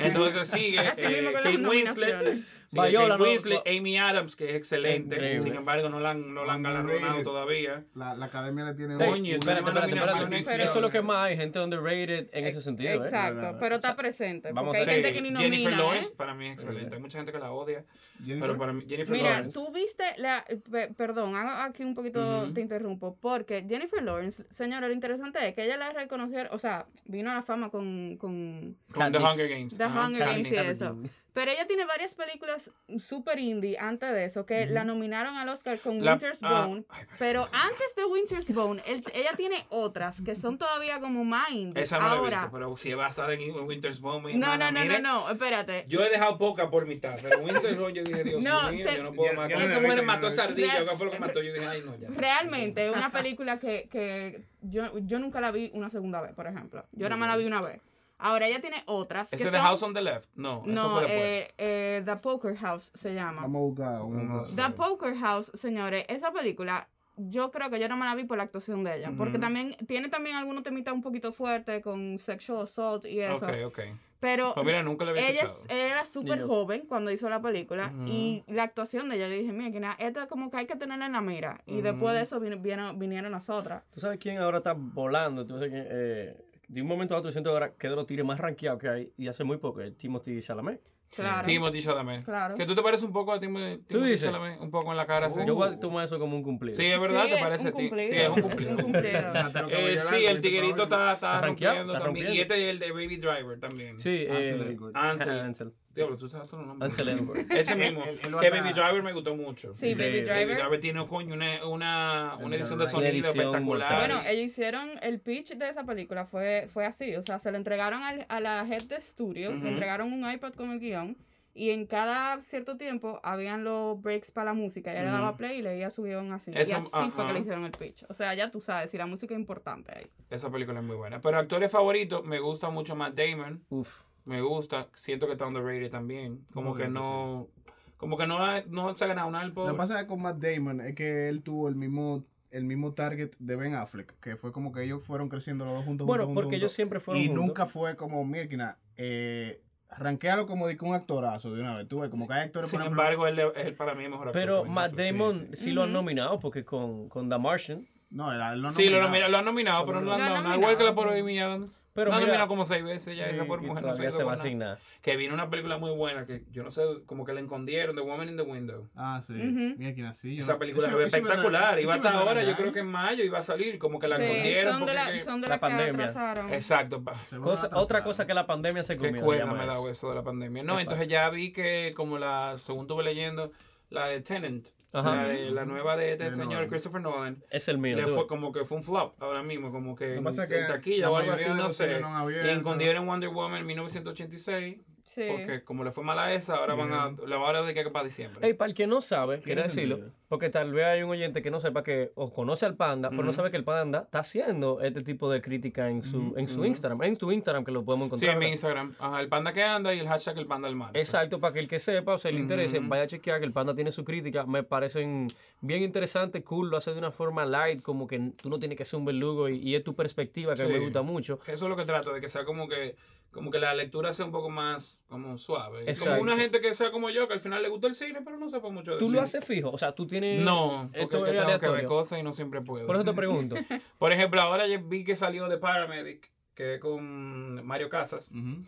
Speaker 4: entonces sigue
Speaker 3: Así
Speaker 4: eh,
Speaker 3: mismo con las
Speaker 4: Kate Winslet,
Speaker 3: nominaciones.
Speaker 4: sigue
Speaker 2: Viola,
Speaker 4: Kate
Speaker 2: no-
Speaker 4: Winslet, Amy Adams, que es excelente,
Speaker 2: Increíble.
Speaker 4: sin embargo no la han, no la han
Speaker 1: Underrated.
Speaker 4: galardonado todavía.
Speaker 1: La, la academia le tiene...
Speaker 4: Coño,
Speaker 1: una-
Speaker 4: y
Speaker 2: espérate,
Speaker 4: una
Speaker 2: espérate,
Speaker 4: nominación
Speaker 2: espérate.
Speaker 3: adicional.
Speaker 2: Eso es lo que más hay, gente underrated en ese sentido. ¿eh?
Speaker 1: No, no,
Speaker 3: Exacto,
Speaker 1: no.
Speaker 3: pero está presente.
Speaker 2: Vamos
Speaker 3: Porque hay
Speaker 2: a-
Speaker 3: gente
Speaker 4: Sí,
Speaker 3: que ni
Speaker 4: Jennifer
Speaker 3: nomina. ¿eh?
Speaker 4: Lawrence para mí es excelente, hay mucha gente que la odia,
Speaker 1: Jennifer-
Speaker 4: pero para mí Jennifer
Speaker 3: Mira,
Speaker 4: Lawrence.
Speaker 3: tú viste la. pe- Perdón, hago aquí un poquito
Speaker 4: Ujú.
Speaker 3: te interrumpo. Porque Jennifer Lawrence, señora, lo interesante es que ella la reconocieron. O sea, vino a la fama con. con
Speaker 4: Con The
Speaker 2: Candice.
Speaker 4: Hunger Games.
Speaker 3: The
Speaker 4: Ajá,
Speaker 3: Hunger Games y
Speaker 4: Candice.
Speaker 3: eso. Pero ella tiene varias películas super indie antes de eso que la nominaron al Oscar con
Speaker 4: La-
Speaker 3: Winter's
Speaker 4: ah,
Speaker 3: Bone.
Speaker 4: ay, pero-
Speaker 3: pero antes de Winter's Bone, él- ella tiene otras que son todavía como más indie.
Speaker 4: Esa no la he
Speaker 3: Ahora.
Speaker 4: visto, pero si es basada en en Winter's Bone, mi
Speaker 3: no,
Speaker 4: hermana,
Speaker 3: no, no, no,
Speaker 4: mire,
Speaker 3: no, espérate.
Speaker 4: Yo he dejado poca por mitad, pero Winter's Bone yo dije, Dios
Speaker 3: No,
Speaker 4: mío,
Speaker 3: te-
Speaker 4: yo no puedo
Speaker 1: Ya- ya
Speaker 4: matar.
Speaker 1: no
Speaker 4: Esa
Speaker 1: la
Speaker 4: mujer
Speaker 1: vi,
Speaker 4: mató
Speaker 1: ya no la vi.
Speaker 4: sardilla, ¿qué fue lo que mató? Yo dije, ay, no, ya.
Speaker 3: Realmente es una película que, que yo, yo nunca la vi una segunda vez, por ejemplo. Yo nada más la vi una vez. Ahora ella tiene otras.
Speaker 4: ¿Ese
Speaker 3: que
Speaker 4: de
Speaker 3: son-
Speaker 4: House on the Left? No, eso
Speaker 3: No,
Speaker 4: fue después.
Speaker 3: eh, eh, The Poker House se llama.
Speaker 1: Vamos a buscar. vamos a
Speaker 4: No,
Speaker 1: buscar.
Speaker 4: sé.
Speaker 3: The Poker House, señores, esa película yo creo que yo no me la vi por la actuación de ella, porque
Speaker 4: Ujú.
Speaker 3: también tiene también algunos temitas un poquito fuertes con sexual assault y eso,
Speaker 4: ok, ok.
Speaker 3: pero
Speaker 4: Pues mira, nunca lo había
Speaker 3: ella,
Speaker 4: escuchado.
Speaker 3: es- ella era súper
Speaker 2: yo.
Speaker 3: joven cuando hizo la película
Speaker 4: Ujú.
Speaker 3: y la actuación de ella, yo dije, mira, que nada, esta como que hay que tenerla en la mira y después de eso vin- vino- vinieron nosotras.
Speaker 2: ¿Tú sabes quién ahora está volando? ¿Tú sabes quién? Eh, de un momento a otro siento ahora que de los tires más rankeados que hay y hace muy poco, es Timothy Chalamet.
Speaker 3: Claro.
Speaker 4: Timothy Chalamet.
Speaker 3: Ah, Claro.
Speaker 4: Que tú te pareces un poco a Timothy, Timothy
Speaker 2: dices?
Speaker 4: Chalamet, un poco en la cara. sí.
Speaker 2: Yo voy a tomar eso como un cumplido.
Speaker 4: Sí, es verdad,
Speaker 3: Sí,
Speaker 4: te
Speaker 3: es
Speaker 4: parece a
Speaker 3: un
Speaker 4: ti. Sí,
Speaker 3: cumplido,
Speaker 4: es un cumplido.
Speaker 3: es un cumplido.
Speaker 1: Hasta lo que voy
Speaker 4: Eh,
Speaker 1: a llorar,
Speaker 4: sí, el
Speaker 1: porque te
Speaker 4: tiguerito
Speaker 1: puedo-
Speaker 4: está, está
Speaker 2: Está rankeado,
Speaker 4: rompiendo
Speaker 2: está
Speaker 4: también. Y
Speaker 2: rompiendo.
Speaker 4: este es el de Baby Driver también.
Speaker 2: Sí,
Speaker 1: Ansel
Speaker 2: eh,
Speaker 1: Elgort.
Speaker 4: Ansel.
Speaker 2: Ansel.
Speaker 4: Diablo, tú sabes todos los nombres.
Speaker 2: Ansel Elgort.
Speaker 4: Ese mismo.
Speaker 1: Él- él lo
Speaker 4: que
Speaker 1: ata-
Speaker 4: Baby Driver me gustó mucho.
Speaker 3: Sí, Baby
Speaker 2: Baby
Speaker 4: Baby
Speaker 3: Driver.
Speaker 4: Driver tiene coño, una, una, una edición de
Speaker 1: Una
Speaker 4: sonido
Speaker 2: edición
Speaker 4: espectacular.
Speaker 2: brutal.
Speaker 3: Bueno, ellos hicieron el pitch de esa película, fue, fue así, o sea, se lo entregaron al- a la head de studio,
Speaker 4: Ujú.
Speaker 3: le entregaron un iPad con el guión y en cada cierto tiempo habían los breaks para la música, ella le
Speaker 4: Ujú.
Speaker 3: daba play y leía su guión así. y
Speaker 4: Eso-
Speaker 3: así fue que
Speaker 4: ajá.
Speaker 3: le hicieron el pitch. O sea, ya tú sabes, si la música es importante ahí.
Speaker 4: Esa película es muy buena. Pero actores favoritos, me gusta mucho Matt Damon.
Speaker 2: Uf.
Speaker 4: Me gusta. Siento que está underrated también. Como
Speaker 1: Muy
Speaker 4: que
Speaker 1: bien,
Speaker 4: no. Como que no, ha- no se ha ganado nada el
Speaker 1: Lo
Speaker 4: pobre.
Speaker 1: que pasa con Matt Damon es que él tuvo el mismo el mismo target de Ben Affleck, que fue como que ellos fueron creciendo los dos juntos.
Speaker 2: Bueno,
Speaker 1: juntos,
Speaker 2: porque
Speaker 1: juntos,
Speaker 2: ellos siempre fueron
Speaker 1: Y
Speaker 2: juntos.
Speaker 1: nunca fue como, Mirkina, eh, ranquéalo como de que un actorazo de una vez. Tú ves, como que hay actores,
Speaker 4: Sin
Speaker 1: por ejemplo.
Speaker 4: embargo, él es él para mí es mejor actor.
Speaker 2: Pero
Speaker 4: Ben
Speaker 2: Matt
Speaker 4: Affleck, sí,
Speaker 2: Damon sí,
Speaker 4: sí.
Speaker 2: lo han
Speaker 3: Ujú.
Speaker 2: nominado porque con, con The Martian.
Speaker 1: No, él- él lo
Speaker 4: Sí, lo,
Speaker 1: nominaron.
Speaker 4: nomina- lo han nominado, pero no lo
Speaker 3: Lo
Speaker 4: han
Speaker 3: han
Speaker 4: dado nada.
Speaker 3: nominado.
Speaker 4: Igual que la por Amy Adams.
Speaker 2: Pero
Speaker 4: Pero lo han
Speaker 2: mira-
Speaker 4: nominado como seis veces ya.
Speaker 1: Sí,
Speaker 4: esa por
Speaker 1: y
Speaker 4: mujer no
Speaker 2: Todavía
Speaker 4: se,
Speaker 2: se va a
Speaker 4: nada.
Speaker 2: asignar.
Speaker 4: Que viene una película muy buena que yo no sé, como que la escondieron, The Woman in the Window.
Speaker 1: Ah, sí.
Speaker 3: Ujú.
Speaker 1: Mirkina, sí. yo
Speaker 4: Esa
Speaker 1: no-
Speaker 4: película
Speaker 1: eso-
Speaker 4: se ve
Speaker 1: eso iba a
Speaker 4: espectacular.
Speaker 1: traer-
Speaker 4: Iba a
Speaker 1: eso
Speaker 4: estar
Speaker 1: traer
Speaker 4: ahora, yo
Speaker 1: acá,
Speaker 4: creo
Speaker 1: ¿eh?
Speaker 4: que en mayo iba a salir. Como que la
Speaker 3: Sí,
Speaker 4: escondieron.
Speaker 3: son de,
Speaker 4: porque
Speaker 3: la,
Speaker 4: que-
Speaker 3: son de
Speaker 2: La
Speaker 3: las que
Speaker 2: pandemia.
Speaker 3: atrasaron.
Speaker 4: Exacto. pa-
Speaker 1: Seguro
Speaker 2: Cosa-
Speaker 1: la
Speaker 2: otra
Speaker 1: trazaron.
Speaker 2: cosa que la pandemia se
Speaker 4: Qué
Speaker 2: comió.
Speaker 4: cuerda
Speaker 2: llama
Speaker 4: me
Speaker 2: eso.
Speaker 4: da eso de la pandemia. No,
Speaker 2: Epa.
Speaker 4: entonces ya vi que, como la, según tuve leyendo, la de Tenant,
Speaker 2: Ajá.
Speaker 4: la, de- la nueva de este
Speaker 1: De
Speaker 4: señor
Speaker 1: Nolan.
Speaker 4: Christopher Nolan,
Speaker 2: Es el mío.
Speaker 4: le
Speaker 2: tú.
Speaker 4: fue como que fue un flop ahora mismo, como que,
Speaker 1: Lo que
Speaker 4: en,
Speaker 1: pasa es
Speaker 4: en
Speaker 1: que
Speaker 4: taquilla
Speaker 1: la
Speaker 4: o algo así,
Speaker 1: mayoría de
Speaker 4: no
Speaker 1: los cines
Speaker 4: sé.
Speaker 1: no han abierto.
Speaker 4: y escondieron Wonder Woman en 1986,
Speaker 3: Sí.
Speaker 4: Porque como le fue mal a esa, ahora van a. La hora de que para diciembre.
Speaker 2: Ey, para el que no sabe, quería
Speaker 1: sentido.
Speaker 2: decirlo, porque tal vez hay un oyente que no sepa que o conoce al panda, pero no sabe que el panda está haciendo este tipo de crítica en su, en su Instagram. En tu Instagram que lo podemos
Speaker 4: sí,
Speaker 2: encontrar.
Speaker 4: en mi
Speaker 2: ¿verdad?
Speaker 4: Instagram. Ajá, el panda que anda y el hashtag el panda al mar.
Speaker 2: Exacto, para que el que sepa o se le interese, vaya a chequear que el panda tiene su crítica. Me parecen bien interesantes, cool, lo hace de una forma light, como que tú no tienes que ser un belugo y, y es tu perspectiva que
Speaker 4: Sí.
Speaker 2: me gusta mucho.
Speaker 4: Eso es lo que trato, de que sea como que, como que la lectura sea un poco más como suave.
Speaker 2: Exacto.
Speaker 4: Como una gente que sea como yo, que al final le gusta el cine, pero no sepa mucho de
Speaker 2: ¿Tú lo
Speaker 4: cine.
Speaker 2: haces fijo? O sea, tú tienes...
Speaker 4: No, porque
Speaker 2: esto
Speaker 4: es
Speaker 2: es
Speaker 4: que tengo que ver
Speaker 2: aleatorio.
Speaker 4: cosas y no siempre puedo.
Speaker 2: Por eso te pregunto.
Speaker 4: Por ejemplo, ahora ya vi que salió de Paramedic, que es con Mario Casas.
Speaker 1: Ujú.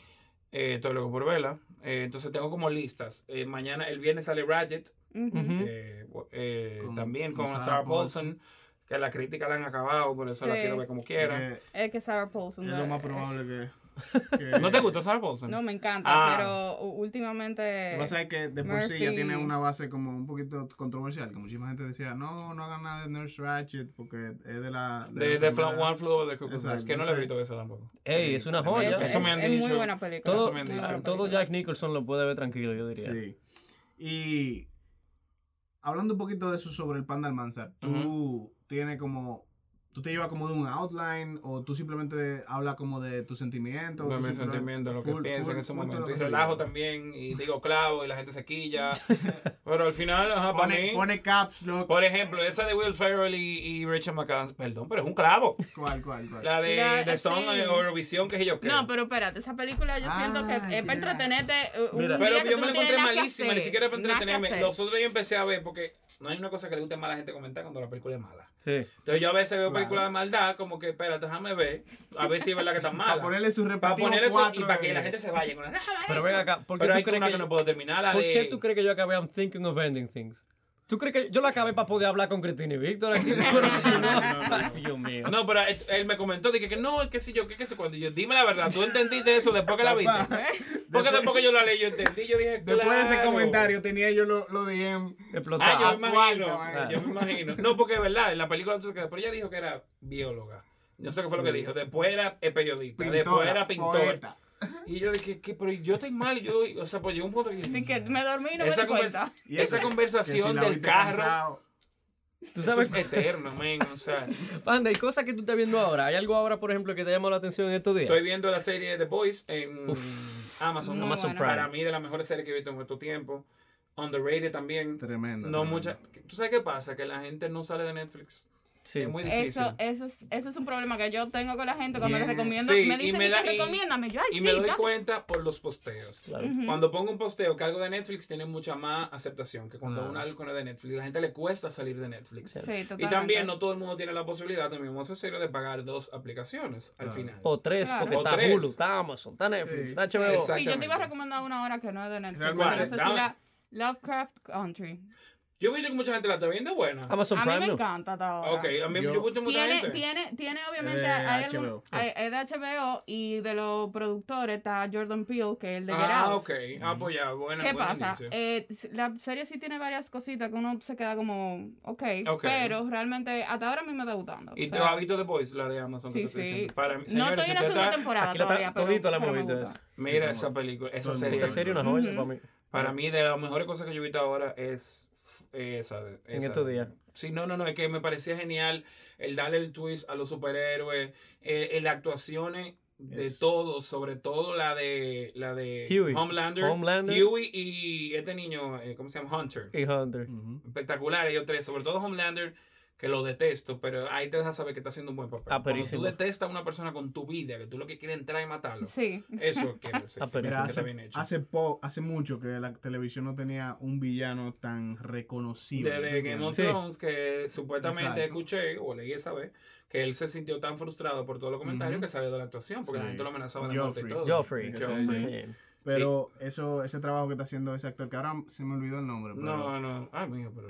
Speaker 4: Eh, estoy loco por verla. Eh, entonces tengo como listas. Eh, mañana, el viernes sale Ratchet,
Speaker 3: Ujú.
Speaker 2: Ujú.
Speaker 4: eh, bu- eh,
Speaker 1: Con-
Speaker 4: también con
Speaker 1: con
Speaker 4: Sarah
Speaker 1: Sarah
Speaker 4: Paulson, que la crítica la han acabado, por eso la
Speaker 3: Sí.
Speaker 4: quiero ver como
Speaker 1: Que
Speaker 4: quiera.
Speaker 3: Es que Sarah Paulson.
Speaker 1: es
Speaker 3: la-
Speaker 1: lo más
Speaker 3: eh,
Speaker 1: probable que. que-
Speaker 4: ¿No te gusta Sarah Paulson?
Speaker 3: No, me encanta,
Speaker 4: Ah.
Speaker 3: pero u- últimamente.
Speaker 1: Lo que pasa es que de por sí ya
Speaker 3: Eh, Murphy.
Speaker 1: tiene una base como un poquito controversial, que muchísima gente decía, no, no hagan nada de Nurse Ratchet porque es de la...
Speaker 4: De,
Speaker 1: la
Speaker 4: de
Speaker 1: enfermedad".
Speaker 4: Fla- One Flew Over the Cuckoo's
Speaker 1: Exacto,
Speaker 4: Nest, que
Speaker 1: no
Speaker 4: no le he
Speaker 1: sé.
Speaker 4: visto esa tampoco.
Speaker 2: Ey, es una
Speaker 3: Es-
Speaker 2: joya.
Speaker 4: Eso me han
Speaker 3: es
Speaker 4: dicho.
Speaker 3: muy buena película.
Speaker 2: todo,
Speaker 4: eso me han
Speaker 3: Muy
Speaker 4: dicho.
Speaker 3: buena
Speaker 2: todo
Speaker 3: película.
Speaker 2: Jack Nicholson lo puede ver tranquilo, yo diría.
Speaker 1: Sí. Y hablando un poquito de eso sobre el Panda Almanzar, tú tienes como... ¿Tú te llevas como de un outline o tú simplemente hablas como de tus sentimientos?
Speaker 4: De
Speaker 1: tú
Speaker 4: mis
Speaker 1: simplemente-
Speaker 4: sentimientos, lo que
Speaker 1: full-
Speaker 4: pienso en
Speaker 1: full-
Speaker 4: ese
Speaker 1: full
Speaker 4: momento.
Speaker 1: todo
Speaker 4: Y
Speaker 1: lo que
Speaker 4: relajo
Speaker 1: digas.
Speaker 4: también, y digo clavo, y la gente se quilla. Pero al final, ajá, para mí.
Speaker 1: Pone, pone caps, loco.
Speaker 4: Por ejemplo, esa de Will Ferrell y, y Rachel McAdams, perdón, pero es un clavo.
Speaker 1: ¿Cuál, cuál, cuál?
Speaker 4: La de,
Speaker 3: La-
Speaker 4: de Song
Speaker 3: sí.
Speaker 4: eh, Eurovisión, que yo qué.
Speaker 3: No, pero espérate, esa película yo siento que
Speaker 1: Ah,
Speaker 3: es para
Speaker 1: ya.
Speaker 3: entretenerte. eh, un
Speaker 2: Mira.
Speaker 3: día
Speaker 4: Pero
Speaker 3: que
Speaker 4: yo
Speaker 3: tú
Speaker 4: me la
Speaker 3: no tienes
Speaker 4: encontré
Speaker 3: nada que
Speaker 4: malísima, ni
Speaker 3: hacer,
Speaker 4: siquiera para
Speaker 3: nada que
Speaker 4: entretenerme.
Speaker 3: hacer.
Speaker 4: Los otros yo empecé a ver, porque no hay una cosa que le guste más a la gente comentar cuando la película es mala.
Speaker 2: Sí.
Speaker 4: Entonces yo a veces veo
Speaker 1: Claro.
Speaker 4: películas de maldad, como que, espérate, déjame ver, a ver si es verdad que están malas.
Speaker 1: Para ponerle su
Speaker 4: Para
Speaker 1: repetido
Speaker 4: ponerle eso y
Speaker 1: cuatro
Speaker 4: para
Speaker 1: de-
Speaker 4: que la gente se vaya con la...
Speaker 2: Pero ven acá, ¿por qué
Speaker 4: Pero
Speaker 2: tú
Speaker 4: hay
Speaker 2: crees
Speaker 4: una
Speaker 2: que
Speaker 4: que no puedo terminar, la
Speaker 2: ¿Por
Speaker 4: de...
Speaker 2: qué tú crees que yo acabé I'm thinking of ending things? ¿Tú crees que yo la acabé para poder hablar con Cristina y Víctor aquí? Pero si no, ay, Dios mío.
Speaker 4: No, pero él, él me comentó, dije que no, que si yo, que qué sé cuando. Yo, dime la verdad, ¿tú entendiste eso después que la viste?
Speaker 1: Papá,
Speaker 4: Porque después que yo la leí, yo entendí, yo dije,
Speaker 1: Después de ese
Speaker 4: "Claro".
Speaker 1: comentario tenía yo lo, lo DM.
Speaker 4: Ah, yo
Speaker 2: Explotado.
Speaker 4: me
Speaker 1: Actual,
Speaker 4: imagino,
Speaker 1: caballo.
Speaker 4: yo me imagino. No, porque es verdad, en la película tú te quedas, pero ella dijo que era bióloga. No sé qué fue lo que dijo. Después era eh, periodista, después
Speaker 1: Pintora,
Speaker 4: era pintor.
Speaker 1: poeta.
Speaker 4: Y yo dije, ¿qué? Pero yo estoy mal. Y yo, o sea, pues llegó un punto que yo
Speaker 3: Ni
Speaker 4: dije,
Speaker 3: que me dormí y no me
Speaker 4: esa,
Speaker 3: di
Speaker 4: conversa-
Speaker 3: cuenta.
Speaker 1: Y
Speaker 4: esa
Speaker 1: eso,
Speaker 4: conversación
Speaker 1: que si la
Speaker 4: del
Speaker 1: viste
Speaker 4: carro,
Speaker 1: cansado,
Speaker 2: Tú
Speaker 4: eso
Speaker 2: sabes,
Speaker 4: es eterno, men. O sea,
Speaker 2: Panda, hay cosas que tú estás viendo ahora. ¿Hay algo ahora, por ejemplo, que te ha llamado la atención en estos días?
Speaker 4: estoy viendo la serie The Boys en Amazon.
Speaker 3: Muy Amazon buena.
Speaker 4: Para mí, de las mejores series que he visto en mucho tiempo. Underrated también.
Speaker 1: Tremendo.
Speaker 4: No
Speaker 1: tremendo.
Speaker 4: mucha. ¿Tú sabes qué pasa? Que la gente no sale de Netflix.
Speaker 2: Sí.
Speaker 4: Es muy difícil.
Speaker 3: Eso, eso, es, eso es un problema que yo tengo con la gente cuando les
Speaker 1: Bien.
Speaker 3: recomiendo.
Speaker 4: Sí,
Speaker 3: me
Speaker 4: y
Speaker 3: dicen,
Speaker 4: me
Speaker 3: me
Speaker 4: da- y-
Speaker 3: recomiéndame. Yo, ay,
Speaker 4: Y
Speaker 3: sí,
Speaker 4: me doy
Speaker 3: date".
Speaker 4: cuenta por los posteos.
Speaker 2: Claro.
Speaker 4: Cuando pongo un posteo que algo de Netflix tiene mucha más aceptación que cuando
Speaker 2: Claro.
Speaker 4: un algo no es de Netflix. La gente le cuesta salir de Netflix.
Speaker 3: Sí, totalmente.
Speaker 4: Y también no todo el mundo tiene la posibilidad, también vamos a ser serio, de pagar dos aplicaciones al final.
Speaker 2: O tres,
Speaker 3: Claro.
Speaker 2: porque
Speaker 4: O
Speaker 2: está
Speaker 4: tres.
Speaker 2: Hulu, está Amazon, está Netflix,
Speaker 1: Sí.
Speaker 2: está
Speaker 3: Sí,
Speaker 2: HBO.
Speaker 4: Exacto.
Speaker 3: Sí, yo te iba
Speaker 4: Exactamente.
Speaker 3: a recomendar una hora que no es de Netflix.
Speaker 1: Realmente,
Speaker 3: No sé si
Speaker 4: dame.
Speaker 3: la Lovecraft Country.
Speaker 4: Yo he visto que mucha gente la está viendo buena.
Speaker 2: Amazon
Speaker 3: A mí me
Speaker 2: Prime. no.
Speaker 3: encanta hasta ahora.
Speaker 4: Ok, a mí yo,
Speaker 1: Yo-
Speaker 4: he visto mucha
Speaker 3: Tiene,
Speaker 4: gente.
Speaker 3: tiene, tiene obviamente,
Speaker 1: Eh,
Speaker 3: hay algún-
Speaker 1: HBO.
Speaker 3: hay- es de HBO y de los productores está Jordan Peele, que es el de Get
Speaker 4: ah,
Speaker 3: Out.
Speaker 4: ok. Ah, pues ya, buena.
Speaker 3: ¿Qué
Speaker 4: buen
Speaker 3: pasa?
Speaker 4: inicio.
Speaker 3: Eh, s- la serie sí tiene varias cositas que uno se queda como, ok,
Speaker 4: Ok.
Speaker 3: pero realmente hasta ahora a mí me está gustando.
Speaker 4: ¿Y
Speaker 3: o
Speaker 4: te
Speaker 3: sea,
Speaker 4: has visto The Boys, la de Amazon?
Speaker 3: Sí,
Speaker 4: que te estoy
Speaker 3: sí.
Speaker 4: diciendo? Para mí,
Speaker 3: no
Speaker 4: señores,
Speaker 3: estoy
Speaker 4: si
Speaker 3: en la
Speaker 4: usted
Speaker 3: segunda
Speaker 4: está-
Speaker 3: temporada
Speaker 2: Aquí la
Speaker 3: todavía,
Speaker 2: ta-
Speaker 3: pero,
Speaker 2: todito la hemos
Speaker 3: pero me
Speaker 2: visto
Speaker 3: gusta.
Speaker 2: esa.
Speaker 4: Mira
Speaker 1: Sí,
Speaker 4: esa película, esa
Speaker 1: Todo el
Speaker 4: serie.
Speaker 2: Esa
Speaker 1: Sí.
Speaker 2: serie es una joya
Speaker 3: Ujú.
Speaker 2: para mí.
Speaker 4: Para mí, de las mejores cosas que yo he visto ahora es f- esa. de-
Speaker 2: En
Speaker 4: esa.
Speaker 2: estos días.
Speaker 4: Sí, no, no, no, es que me parecía genial el darle el twist a los superhéroes, eh, eh, las actuaciones de
Speaker 1: Eso.
Speaker 4: todos, sobre todo la de la de
Speaker 2: Huey.
Speaker 4: Homelander,
Speaker 2: Homelander.
Speaker 4: Huey y este niño, eh, ¿cómo se llama? Hunter.
Speaker 2: Y Hunter.
Speaker 1: Ujú.
Speaker 4: Espectacular, ellos tres, sobre todo Homelander, que lo detesto, pero ahí te deja saber que está haciendo un buen papel.
Speaker 2: Ah,
Speaker 4: Cuando tú
Speaker 2: perísimo.
Speaker 4: detestas a una persona con tu vida, que tú lo que quieres es entrar y matarlo.
Speaker 3: Sí.
Speaker 4: Eso quiere decir.
Speaker 2: Ah, pero
Speaker 1: Mira,
Speaker 4: que está bien
Speaker 1: hace,
Speaker 4: hecho.
Speaker 1: hace, po- hace mucho que la televisión no tenía un villano tan reconocido.
Speaker 4: Desde Game of
Speaker 2: Sí.
Speaker 4: Thrones, que supuestamente
Speaker 1: Exacto.
Speaker 4: escuché o leí esa vez, que él se sintió tan frustrado por todos los comentarios
Speaker 1: Ujú.
Speaker 4: que salió de la actuación, porque la
Speaker 1: Sí.
Speaker 4: gente lo amenazaba de muerte y
Speaker 1: Joffrey.
Speaker 4: todo.
Speaker 2: Joffrey.
Speaker 1: Joffrey.
Speaker 2: Joffrey.
Speaker 1: Pero eso, ese trabajo que está haciendo ese actor, que ahora se me olvidó el nombre. Pero
Speaker 4: No, no, ah, mijo, pero.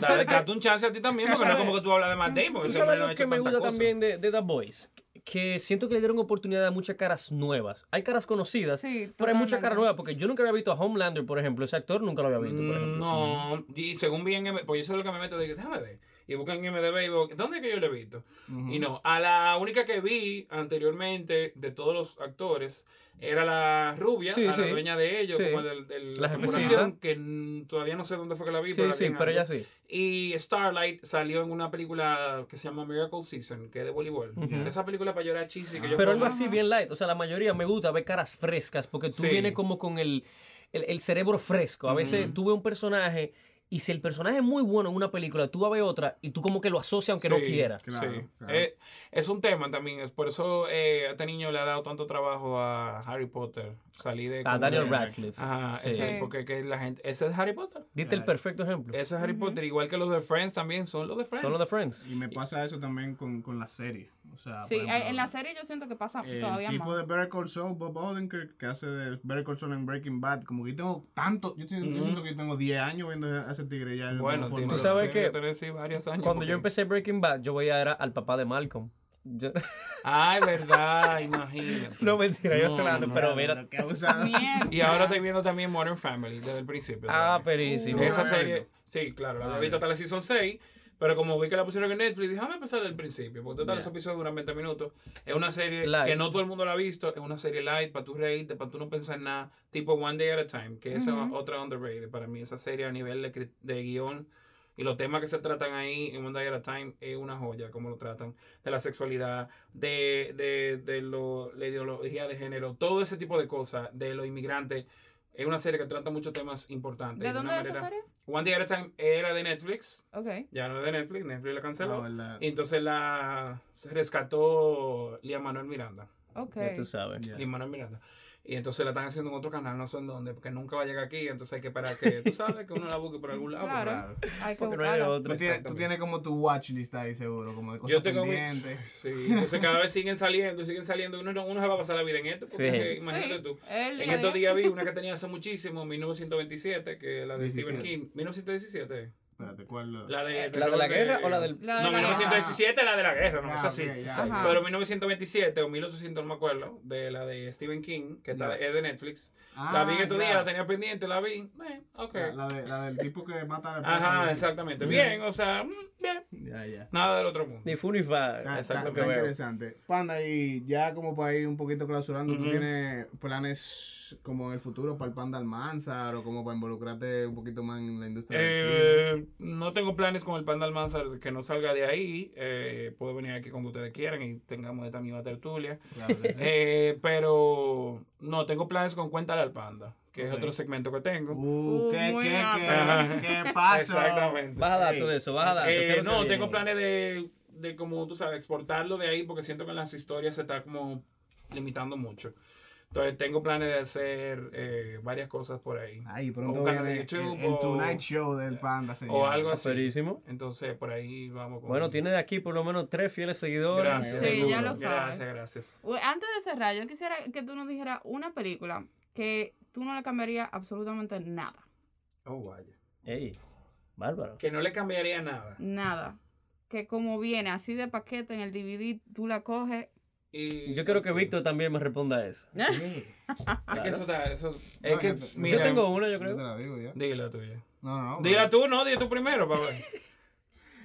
Speaker 4: Dale, date un chance a ti también, porque no es como que tú hablas de Matt Damon.
Speaker 2: ¿Tú
Speaker 4: ese
Speaker 2: sabes
Speaker 4: hombre no ha
Speaker 2: lo
Speaker 4: hecho
Speaker 2: que me
Speaker 4: tanta
Speaker 2: gusta
Speaker 4: cosa.
Speaker 2: también de, de The Voice? Que siento que le dieron oportunidad a muchas caras nuevas. Hay caras conocidas,
Speaker 3: Sí,
Speaker 2: pero hay muchas
Speaker 3: totalmente.
Speaker 2: caras nuevas. Porque yo nunca había visto a Homelander, por ejemplo. Ese actor nunca lo había visto, por ejemplo.
Speaker 4: Mm, No, y según bien, pues eso es lo que me meto, dije, déjame ver. Y buscan en MDB y digo, ¿dónde es que yo lo he visto? Y no, a la única que vi anteriormente de todos los actores era la rubia,
Speaker 2: Sí,
Speaker 4: a la
Speaker 2: sí.
Speaker 4: dueña de ellos,
Speaker 2: Sí.
Speaker 4: como de, de la
Speaker 2: La jefecita.
Speaker 4: corporación, que n- todavía no sé dónde fue que la vi,
Speaker 2: Sí,
Speaker 4: la vi
Speaker 2: sí,
Speaker 4: en
Speaker 2: pero
Speaker 4: algo.
Speaker 2: ella sí.
Speaker 4: Y Starlight salió en una película que se llama Miracle Season, que es de voleibol.
Speaker 2: Ujú.
Speaker 4: Esa película para llorar chisi que yo
Speaker 2: Pero algo
Speaker 4: como-
Speaker 2: así bien light. O sea, la mayoría me gusta ver caras frescas porque tú
Speaker 4: Sí.
Speaker 2: vienes como con el, el, el cerebro fresco. A veces
Speaker 4: Ujú.
Speaker 2: tú ves un personaje y si el personaje es muy bueno en una película, tú vas a ver otra y tú como que lo asocias aunque no
Speaker 4: Sí,
Speaker 2: quieras.
Speaker 1: Claro,
Speaker 4: sí.
Speaker 1: claro.
Speaker 4: Eh, es un tema también, es por eso eh, a este niño le ha dado tanto trabajo a Harry Potter. Salí de.
Speaker 2: A
Speaker 4: como
Speaker 2: Ah, Daniel
Speaker 4: de-
Speaker 2: Radcliffe.
Speaker 4: Ajá,
Speaker 2: Sí.
Speaker 4: ese, eh,
Speaker 3: Sí.
Speaker 4: porque que la gente. Ese es Harry Potter.
Speaker 2: Diste el perfecto ejemplo.
Speaker 4: Ese es Harry Potter, igual que los de Friends también, son los de Friends.
Speaker 2: Son los de Friends.
Speaker 1: Y me pasa eso también con, con la serie. O
Speaker 2: Ah,
Speaker 1: sea,
Speaker 2: pues,
Speaker 1: por
Speaker 3: Sí,
Speaker 1: ejemplo,
Speaker 3: en la serie yo siento que pasa todavía
Speaker 1: El tipo
Speaker 3: más.
Speaker 1: de Better Call Saul, Bob Odenkirk, que hace de Better Call Saul en Breaking Bad. Como que yo tengo tanto. Yo, tengo- yo
Speaker 4: Ujú.
Speaker 1: siento que yo tengo 10 años viendo a ese tigre ya. yo
Speaker 4: Bueno,
Speaker 1: tengo forma
Speaker 4: tiene-
Speaker 2: Tú
Speaker 1: de-
Speaker 2: sabes
Speaker 4: sí,
Speaker 2: que
Speaker 4: tiene sí varios años.
Speaker 2: Cuando yo
Speaker 4: porque-
Speaker 2: empecé Breaking Bad, yo voy a era al papá de Malcolm. Yo-
Speaker 4: Ay, verdad, imagínate.
Speaker 2: no mentira, yo
Speaker 4: No,
Speaker 2: estoy hablando,
Speaker 4: no,
Speaker 2: pero
Speaker 4: no,
Speaker 2: mira.
Speaker 1: Pero qué abusado.
Speaker 3: Mierda.
Speaker 4: Y ahora estoy viendo también Modern Family desde el principio.
Speaker 2: Ah,
Speaker 4: también.
Speaker 2: perísimo.
Speaker 4: Esa
Speaker 1: Bueno.
Speaker 4: serie, sí, claro, la había visto hasta la season 6, pero como vi que la pusieron en Netflix, dije, déjame empezar del principio, porque total, esos episodios duran 20 minutos. Es una serie
Speaker 2: Light.
Speaker 4: que no todo el mundo la ha visto, es una serie light para tú reírte, para tú no pensar en nada, tipo One Day at a Time, que esa es otra underrated para mí, esa serie a nivel de, cri- de guión. Y los temas que se tratan ahí en One Day at a Time es una joya, como lo tratan, de la sexualidad, de, de, de lo- la ideología de género, todo ese tipo de cosas, de los inmigrantes. Es una serie que trata muchos temas importantes.
Speaker 3: ¿De
Speaker 4: una
Speaker 3: dónde es esa
Speaker 4: manera-
Speaker 3: serie?
Speaker 4: One Day at a Time era de Netflix,
Speaker 3: Ok.
Speaker 4: ya no es de Netflix, Netflix la
Speaker 1: Ah,
Speaker 4: canceló.
Speaker 1: verdad.
Speaker 4: y entonces la se rescató Lía Manuel Miranda.
Speaker 3: Ok.
Speaker 2: Ya tú sabes.
Speaker 1: Ya.
Speaker 4: Lin Manuel Miranda. Y entonces la están haciendo en otro canal, no sé en dónde, porque nunca va a llegar aquí, entonces hay que esperar que tú sabes que uno la busque por algún lado.
Speaker 3: Claro.
Speaker 4: porque-
Speaker 3: Hay que
Speaker 2: Porque no hay
Speaker 3: buscarla.
Speaker 1: Tú
Speaker 2: otro.
Speaker 1: tienes, tú tienes como tu watchlist ahí seguro, como de cosas
Speaker 4: Yo tengo mi-
Speaker 1: pendientes.
Speaker 4: Sí, entonces cada vez siguen saliendo, siguen saliendo. Uno, no- uno se va a pasar la vida en esto, porque
Speaker 2: Sí.
Speaker 4: imagínate
Speaker 3: Sí,
Speaker 4: tú.
Speaker 3: el
Speaker 4: En
Speaker 3: día
Speaker 4: estos
Speaker 3: de-
Speaker 4: días vi una que tenía hace muchísimo, 1927, que la de Stephen
Speaker 1: 17.
Speaker 4: King. 1917.
Speaker 1: Espérate, ¿cuál?
Speaker 4: La de,
Speaker 2: ¿La de la guerra o la del.?
Speaker 3: La de
Speaker 4: no,
Speaker 3: la
Speaker 4: 1917 la de la guerra, no,
Speaker 1: Ah,
Speaker 4: es así.
Speaker 1: ok, ya.
Speaker 3: Ajá.
Speaker 4: Pero 1927 o 1800, no me acuerdo, de la de Stephen King, que está,
Speaker 1: Ya.
Speaker 4: es de Netflix.
Speaker 1: Ah,
Speaker 4: la vi en estos
Speaker 1: ya.
Speaker 4: días, la tenía pendiente, la vi. Eh, ok.
Speaker 1: La, la de- la del tipo que mata a la
Speaker 4: Ajá,
Speaker 1: esposa.
Speaker 4: exactamente.
Speaker 1: Ya.
Speaker 4: Bien, o sea, mm, bien.
Speaker 1: Ya, ya.
Speaker 4: Nada del otro mundo.
Speaker 2: Ni Fun ni Fa.
Speaker 4: Ah,
Speaker 1: Está, está-
Speaker 2: Exacto que
Speaker 1: está
Speaker 2: veo.
Speaker 1: interesante. Panda, y ya como para ir un poquito clausurando, ¿tú
Speaker 4: Ujú.
Speaker 1: tienes planes como en el futuro para el Panda Almanzar o como para involucrarte un poquito más en la industria del
Speaker 4: Eh, no tengo planes con el Panda Almanzar que no salga de ahí. Eh, puedo venir aquí cuando ustedes quieran y tengamos esta misma tertulia.
Speaker 1: cine? Claro que sí.
Speaker 4: Eh, pero no, tengo planes con Cuéntale al Panda, que es
Speaker 1: Ok.
Speaker 4: otro segmento que tengo.
Speaker 1: Uh, ¿qué,
Speaker 3: muy
Speaker 1: qué,
Speaker 3: amable.
Speaker 1: qué, qué pasó?
Speaker 4: Exactamente.
Speaker 2: Baja datos de eso, baja datos.
Speaker 4: Eh,
Speaker 2: ¿Qué es lo que
Speaker 4: no,
Speaker 2: viene?
Speaker 4: tengo planes de, de, como tú sabes, exportarlo de ahí porque siento que en las historias se está como limitando mucho. Entonces tengo planes de hacer eh, varias cosas por ahí.
Speaker 1: Ay,
Speaker 4: O
Speaker 1: pronto
Speaker 4: un canal
Speaker 1: viene
Speaker 4: de
Speaker 1: el,
Speaker 4: YouTube,
Speaker 1: el
Speaker 4: o-
Speaker 1: Tonight Show del Panda, señor.
Speaker 4: o algo así.
Speaker 2: Aperísimo.
Speaker 4: Entonces por ahí vamos con...
Speaker 2: Bueno, tiene de aquí por lo menos tres fieles seguidores.
Speaker 4: Gracias.
Speaker 3: Sí, ya
Speaker 2: Seguro.
Speaker 3: lo
Speaker 4: Gracias,
Speaker 3: sabes.
Speaker 4: gracias.
Speaker 3: Uy, Antes de cerrar, yo quisiera que tú nos dijeras una película que tú no le cambiarías absolutamente nada.
Speaker 4: Oh, vaya.
Speaker 2: Ey, bárbaro.
Speaker 4: Que no le cambiaría nada.
Speaker 3: Nada. Que como viene así de paquete en el DVD, tú la coges.
Speaker 4: Y-
Speaker 2: Yo creo que Víctor también me responda a eso.
Speaker 1: Sí.
Speaker 4: Es Ah, que eso está... Eso, es
Speaker 1: No,
Speaker 4: que,
Speaker 1: yo- yo
Speaker 4: mira,
Speaker 2: Yo tengo una, yo
Speaker 1: Yo te
Speaker 2: creo.
Speaker 1: la digo ya.
Speaker 4: Dile la tuya.
Speaker 1: No, no.
Speaker 4: Dile la tú, no, dile tú primero, papá.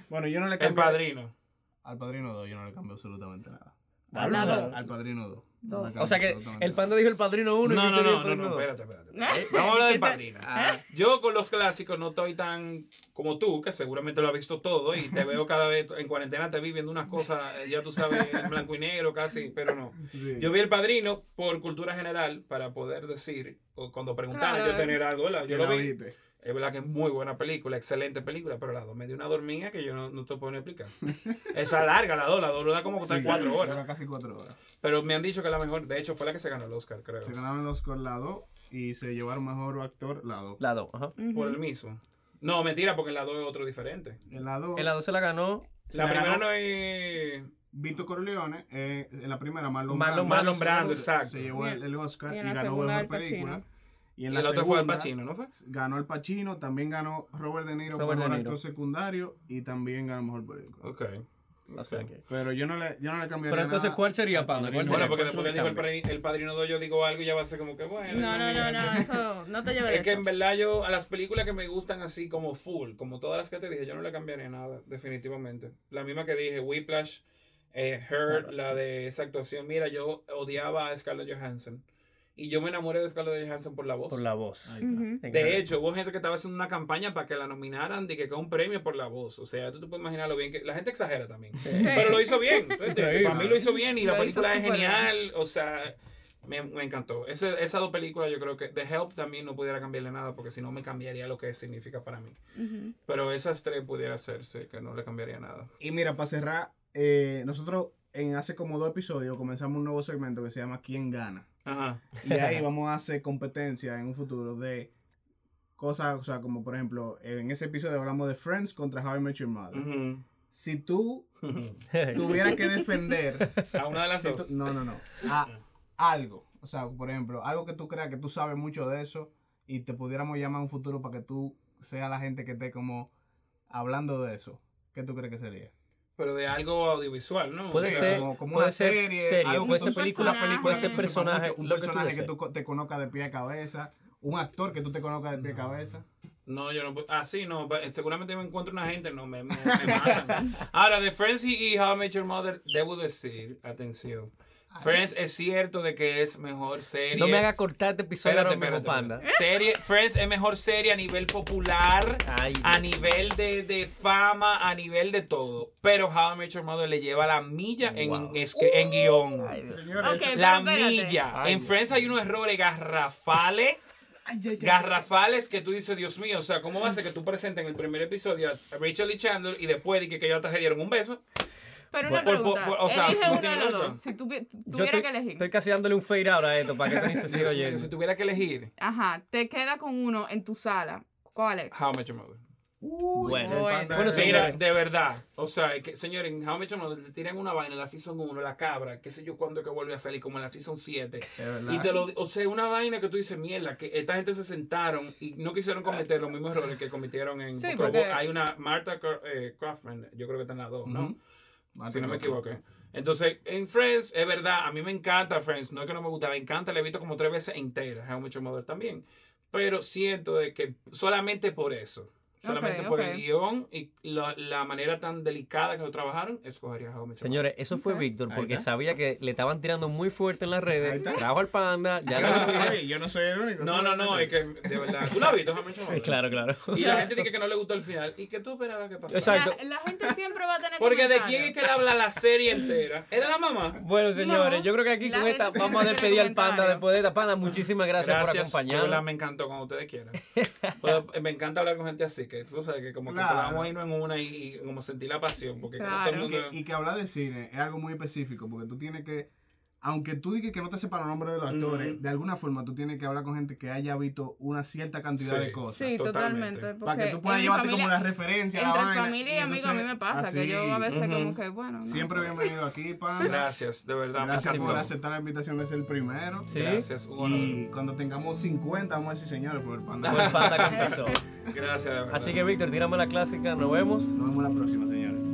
Speaker 1: Bueno, yo no le
Speaker 4: El
Speaker 1: cambio.
Speaker 4: padrino.
Speaker 1: Al Padrino 2 yo no le cambio absolutamente nada.
Speaker 2: Bárbaro.
Speaker 1: Al Padrino 2.
Speaker 3: Dos.
Speaker 2: O sea que el panda dijo el padrino uno. y
Speaker 4: No, no,
Speaker 2: Víctor dijo el
Speaker 4: no, no,
Speaker 2: padrino
Speaker 4: no,
Speaker 2: dos.
Speaker 4: espérate, espérate. Vamos a hablar del padrino.
Speaker 3: ¿Eh?
Speaker 4: Yo con los clásicos no estoy tan como tú, que seguramente lo has visto todo y te veo cada vez, en cuarentena te vi viendo unas cosas, eh, ya tú sabes, en blanco y negro casi, pero no.
Speaker 1: Sí.
Speaker 4: Yo vi El Padrino por cultura general para poder decir, o cuando preguntaran
Speaker 3: Claro.
Speaker 4: yo tener algo, ¿verdad?
Speaker 1: Que
Speaker 4: yo lo
Speaker 1: la
Speaker 4: vi.
Speaker 1: viste.
Speaker 4: Es verdad que es muy buena película, excelente película, pero la dos me dio una dormida que yo no, no te puedo ni explicar. Esa larga, la dos, la dos da como
Speaker 1: Sí,
Speaker 4: costar cuatro horas.
Speaker 1: dura Casi cuatro horas.
Speaker 4: Pero me han dicho que es la mejor, de hecho fue la que se ganó el Oscar, creo.
Speaker 1: Se ganaron los con la 2 y se llevaron mejor actor la 2.
Speaker 2: La dos, ajá.
Speaker 4: Por el mismo. No, mentira, porque la dos es otro diferente.
Speaker 1: En la 2,
Speaker 2: En la dos se la ganó
Speaker 1: Se
Speaker 4: La
Speaker 1: la
Speaker 4: primera
Speaker 1: ganó.
Speaker 4: no es.
Speaker 1: Vito Corleone, eh, en la primera Marlon,
Speaker 2: Marlon- Marlon
Speaker 4: Brando, exacto.
Speaker 1: Se llevó el, el Oscar
Speaker 3: Y
Speaker 1: y,
Speaker 3: en la
Speaker 1: ganó
Speaker 3: segunda,
Speaker 1: mejor
Speaker 3: Al Pacino.
Speaker 1: película. Y
Speaker 4: Y
Speaker 1: en
Speaker 4: la
Speaker 1: la
Speaker 4: otra
Speaker 1: segunda
Speaker 4: fue Al Pacino, ¿no fue?
Speaker 1: ganó el Pacino, también ganó Robert De Niro
Speaker 2: Robert
Speaker 1: por
Speaker 2: De
Speaker 1: mejor
Speaker 2: Niro.
Speaker 1: actor secundario y también ganó mejor película.
Speaker 4: Ok.
Speaker 2: O sea que.
Speaker 1: Pero yo no le, yo no le cambiaría
Speaker 2: Pero entonces,
Speaker 1: nada.
Speaker 2: ¿cuál sería, Panda? ¿Cuál
Speaker 4: Bueno,
Speaker 2: sería?
Speaker 4: porque
Speaker 2: ¿Cuál
Speaker 4: después que
Speaker 2: sería
Speaker 4: dijo el,
Speaker 2: el cambio?
Speaker 4: padri- el padrino dos, yo digo algo y ya va a ser como que bueno.
Speaker 3: No, no, no, no, eso no te lleves de
Speaker 4: Es que
Speaker 3: eso.
Speaker 4: en verdad yo a las películas que me gustan así como full, como todas las que te dije, yo no le cambiaría nada, definitivamente. La misma que dije, Whiplash, eh, Her, la de esa actuación. Mira, yo odiaba a Scarlett Johansson. Y yo me enamoré de Scarlett Johansson por la voz.
Speaker 2: Por la voz.
Speaker 1: Ahí está.
Speaker 3: Ujú.
Speaker 4: De hecho, hubo gente que estaba haciendo una campaña para que la nominaran de que con un premio por la voz. O sea, tú te puedes imaginar lo bien que. La gente exagera también. Pero lo hizo bien. ¿tú entiendes?
Speaker 2: Increíble.
Speaker 4: Para mí lo hizo bien y la
Speaker 3: Lo
Speaker 4: película
Speaker 3: hizo
Speaker 4: es
Speaker 3: súper
Speaker 4: genial. O sea, me, me encantó. Ese- esas dos películas yo creo que The Help también no pudiera cambiarle nada porque si no me cambiaría lo que significa para mí.
Speaker 3: Ujú.
Speaker 4: Pero esas tres pudiera hacerse, que no le cambiaría nada.
Speaker 1: Y mira, para cerrar, eh, nosotros en hace como dos episodios comenzamos un nuevo segmento que se llama ¿Quién gana?
Speaker 4: Ajá.
Speaker 1: Y ahí vamos a hacer competencia en un futuro de cosas, o sea, como por ejemplo, en ese episodio hablamos de Friends contra How I Met Your Mother.
Speaker 4: Ujú.
Speaker 1: Si tú tuvieras que defender...
Speaker 4: A una de las
Speaker 1: si
Speaker 4: dos.
Speaker 1: tú- no, no, no. A algo. O sea, por ejemplo, algo que tú creas que tú sabes mucho de eso y te pudiéramos llamar en un futuro para que tú seas la gente que esté como hablando de eso. ¿Qué tú crees que sería?
Speaker 4: Pero de algo audiovisual, ¿no?
Speaker 2: Puede
Speaker 4: O sea,
Speaker 2: ser,
Speaker 1: como- como
Speaker 2: puede
Speaker 1: una
Speaker 2: ser
Speaker 1: serie,
Speaker 2: serie,
Speaker 1: algo
Speaker 2: puede
Speaker 3: con
Speaker 2: ser
Speaker 3: un
Speaker 2: película,
Speaker 3: personaje.
Speaker 2: puede ser
Speaker 3: Un
Speaker 2: personaje,
Speaker 1: un
Speaker 2: lo que tú
Speaker 1: personaje que
Speaker 2: desees.
Speaker 1: tú co- te conozcas de pie a cabeza, un actor que tú te conozcas de pie a cabeza.
Speaker 4: No, yo no puedo. Ah, sí, no. pa- Seguramente me encuentro una gente. No, me, me, me matan. Ahora, de Friends y y How I Met Your Mother, debo decir, atención. Friends es cierto de que es mejor serie.
Speaker 2: No me haga cortar este episodio
Speaker 4: Espérate,
Speaker 2: ahora mismo,
Speaker 4: espérate,
Speaker 2: panda.
Speaker 4: espérate. Serie, Friends es mejor serie a nivel popular,
Speaker 2: Ay,
Speaker 4: a
Speaker 2: Dios.
Speaker 4: nivel de, de fama, a nivel de todo. Pero How I Met Your Mother le lleva la milla en, escri- en guión.
Speaker 1: Señores,
Speaker 3: Ok.
Speaker 4: La
Speaker 3: Eh, Pero espérate.
Speaker 4: milla.
Speaker 2: Ay,
Speaker 4: en
Speaker 2: Dios.
Speaker 4: Friends hay unos errores garrafales. Garrafales que tú dices, Dios mío, o sea, ¿cómo va a ser que tú presentes en el primer episodio a Rachel y Chandler y después de que, que ellos hasta se dieron un beso?
Speaker 3: Pero una
Speaker 4: Por- por-
Speaker 3: pregunta.
Speaker 4: por- o sea,
Speaker 3: elige
Speaker 4: no
Speaker 3: uno
Speaker 4: tiene
Speaker 3: de los
Speaker 4: lógica.
Speaker 3: dos. Si tú
Speaker 2: Yo
Speaker 3: tuvieras
Speaker 2: estoy,
Speaker 3: que elegir.
Speaker 2: estoy casi dándole un fade out a esto para que Tony se siga
Speaker 4: Dios mío,
Speaker 2: oyendo.
Speaker 4: si tuviera que elegir,
Speaker 3: Ajá, te queda con uno en tu sala. ¿Cuál es?
Speaker 4: How I Met Your Mother.
Speaker 2: Bueno,
Speaker 3: Bueno.
Speaker 2: bueno,
Speaker 4: Mira,
Speaker 2: señores.
Speaker 4: de verdad, o sea, es que, señores, en How I Met Your Mother te tiran una vaina en la Season 1, la cabra, qué sé yo cuándo es que vuelve a salir, como en la Season 7.
Speaker 1: Es verdad.
Speaker 4: Y te lo, o sea, una vaina que tú dices, mierda, que esta gente se sentaron y no quisieron cometer los mismos errores que cometieron en...
Speaker 3: Sí,
Speaker 4: porque
Speaker 3: porque-
Speaker 4: hay una Marta Cro- eh, Kaufman, yo creo que está en las dos, ¿no?
Speaker 1: Ujú.
Speaker 2: Ah,
Speaker 4: Si no me equivoqué. Entonces, en Friends, es verdad, a mí me encanta Friends. No es que no me gusta, me encanta, la he visto como tres veces entera. How mucho Mother también. Pero siento de que solamente por eso, solamente
Speaker 3: Ok,
Speaker 4: por
Speaker 3: ok.
Speaker 4: el guión y la, la manera tan delicada que lo trabajaron, escogería How mucho
Speaker 2: Señores, eso fue Víctor
Speaker 1: Ahí
Speaker 2: porque
Speaker 1: está.
Speaker 2: sabía que le estaban tirando muy fuerte en las
Speaker 1: Ahí
Speaker 2: redes.
Speaker 1: está.
Speaker 2: Trajo al panda,
Speaker 1: Yo
Speaker 2: ya
Speaker 1: no
Speaker 2: lo-
Speaker 1: soy- yo no soy el único.
Speaker 4: No, no, no, es que de verdad. ¿Tú la has visto, How much
Speaker 2: Sí, claro, claro.
Speaker 4: Y la gente dice que no le gustó el final. ¿Y que tú esperabas que pasara?
Speaker 2: Exacto.
Speaker 3: La, la gente siempre va a tener
Speaker 4: Porque de
Speaker 3: comentarios.
Speaker 4: quién es que le habla la serie entera. ¿Es de la mamá?
Speaker 2: Bueno, señores,
Speaker 3: No,
Speaker 2: yo creo que aquí
Speaker 3: la
Speaker 2: con
Speaker 3: gente
Speaker 2: esta
Speaker 3: siempre
Speaker 2: vamos a
Speaker 3: tiene
Speaker 2: despedir al panda
Speaker 3: comentarios.
Speaker 2: después de esta. Panda, muchísimas gracias, por
Speaker 4: de verdad,
Speaker 2: acompañarnos.
Speaker 4: me encantó cuando ustedes quieran. Pero, eh, me encanta hablar con gente así, que tú sabes que como
Speaker 1: Claro.
Speaker 4: que podamos irnos en una y, y como sentir la pasión, porque que no
Speaker 3: Claro.
Speaker 4: todo el
Speaker 1: Y que,
Speaker 4: mundo-
Speaker 1: y que hablar de cine es algo muy específico, porque tú tienes que, aunque tú digas que no te sepan los nombres de los actores,
Speaker 4: Ujú.
Speaker 1: de alguna forma tú tienes que hablar con gente que haya visto una cierta cantidad
Speaker 4: Sí.
Speaker 1: de cosas.
Speaker 3: Sí,
Speaker 4: Totalmente.
Speaker 3: totalmente.
Speaker 1: Para que
Speaker 3: porque
Speaker 1: tú puedas
Speaker 3: en
Speaker 1: llevarte
Speaker 3: familia-
Speaker 1: como la referencia, la
Speaker 3: Entre
Speaker 1: vaina,
Speaker 3: familia y amigos a mí
Speaker 1: entonces,
Speaker 3: me pasa, que
Speaker 1: así,
Speaker 3: yo a veces
Speaker 4: Ujú.
Speaker 3: como que, bueno. no.
Speaker 1: Siempre bienvenido aquí, pan.
Speaker 4: Gracias, de verdad.
Speaker 1: Gracias
Speaker 4: muchísimo.
Speaker 1: por aceptar la invitación de ser el primero.
Speaker 2: Sí.
Speaker 4: Gracias, un honor.
Speaker 1: Y cuando tengamos 50, vamos a decir, señores, por el panda.
Speaker 2: Fue el panda que empezó.
Speaker 4: Gracias, de verdad.
Speaker 2: Así que, Víctor, tiramos la clásica, nos vemos.
Speaker 1: Nos vemos la próxima, señores.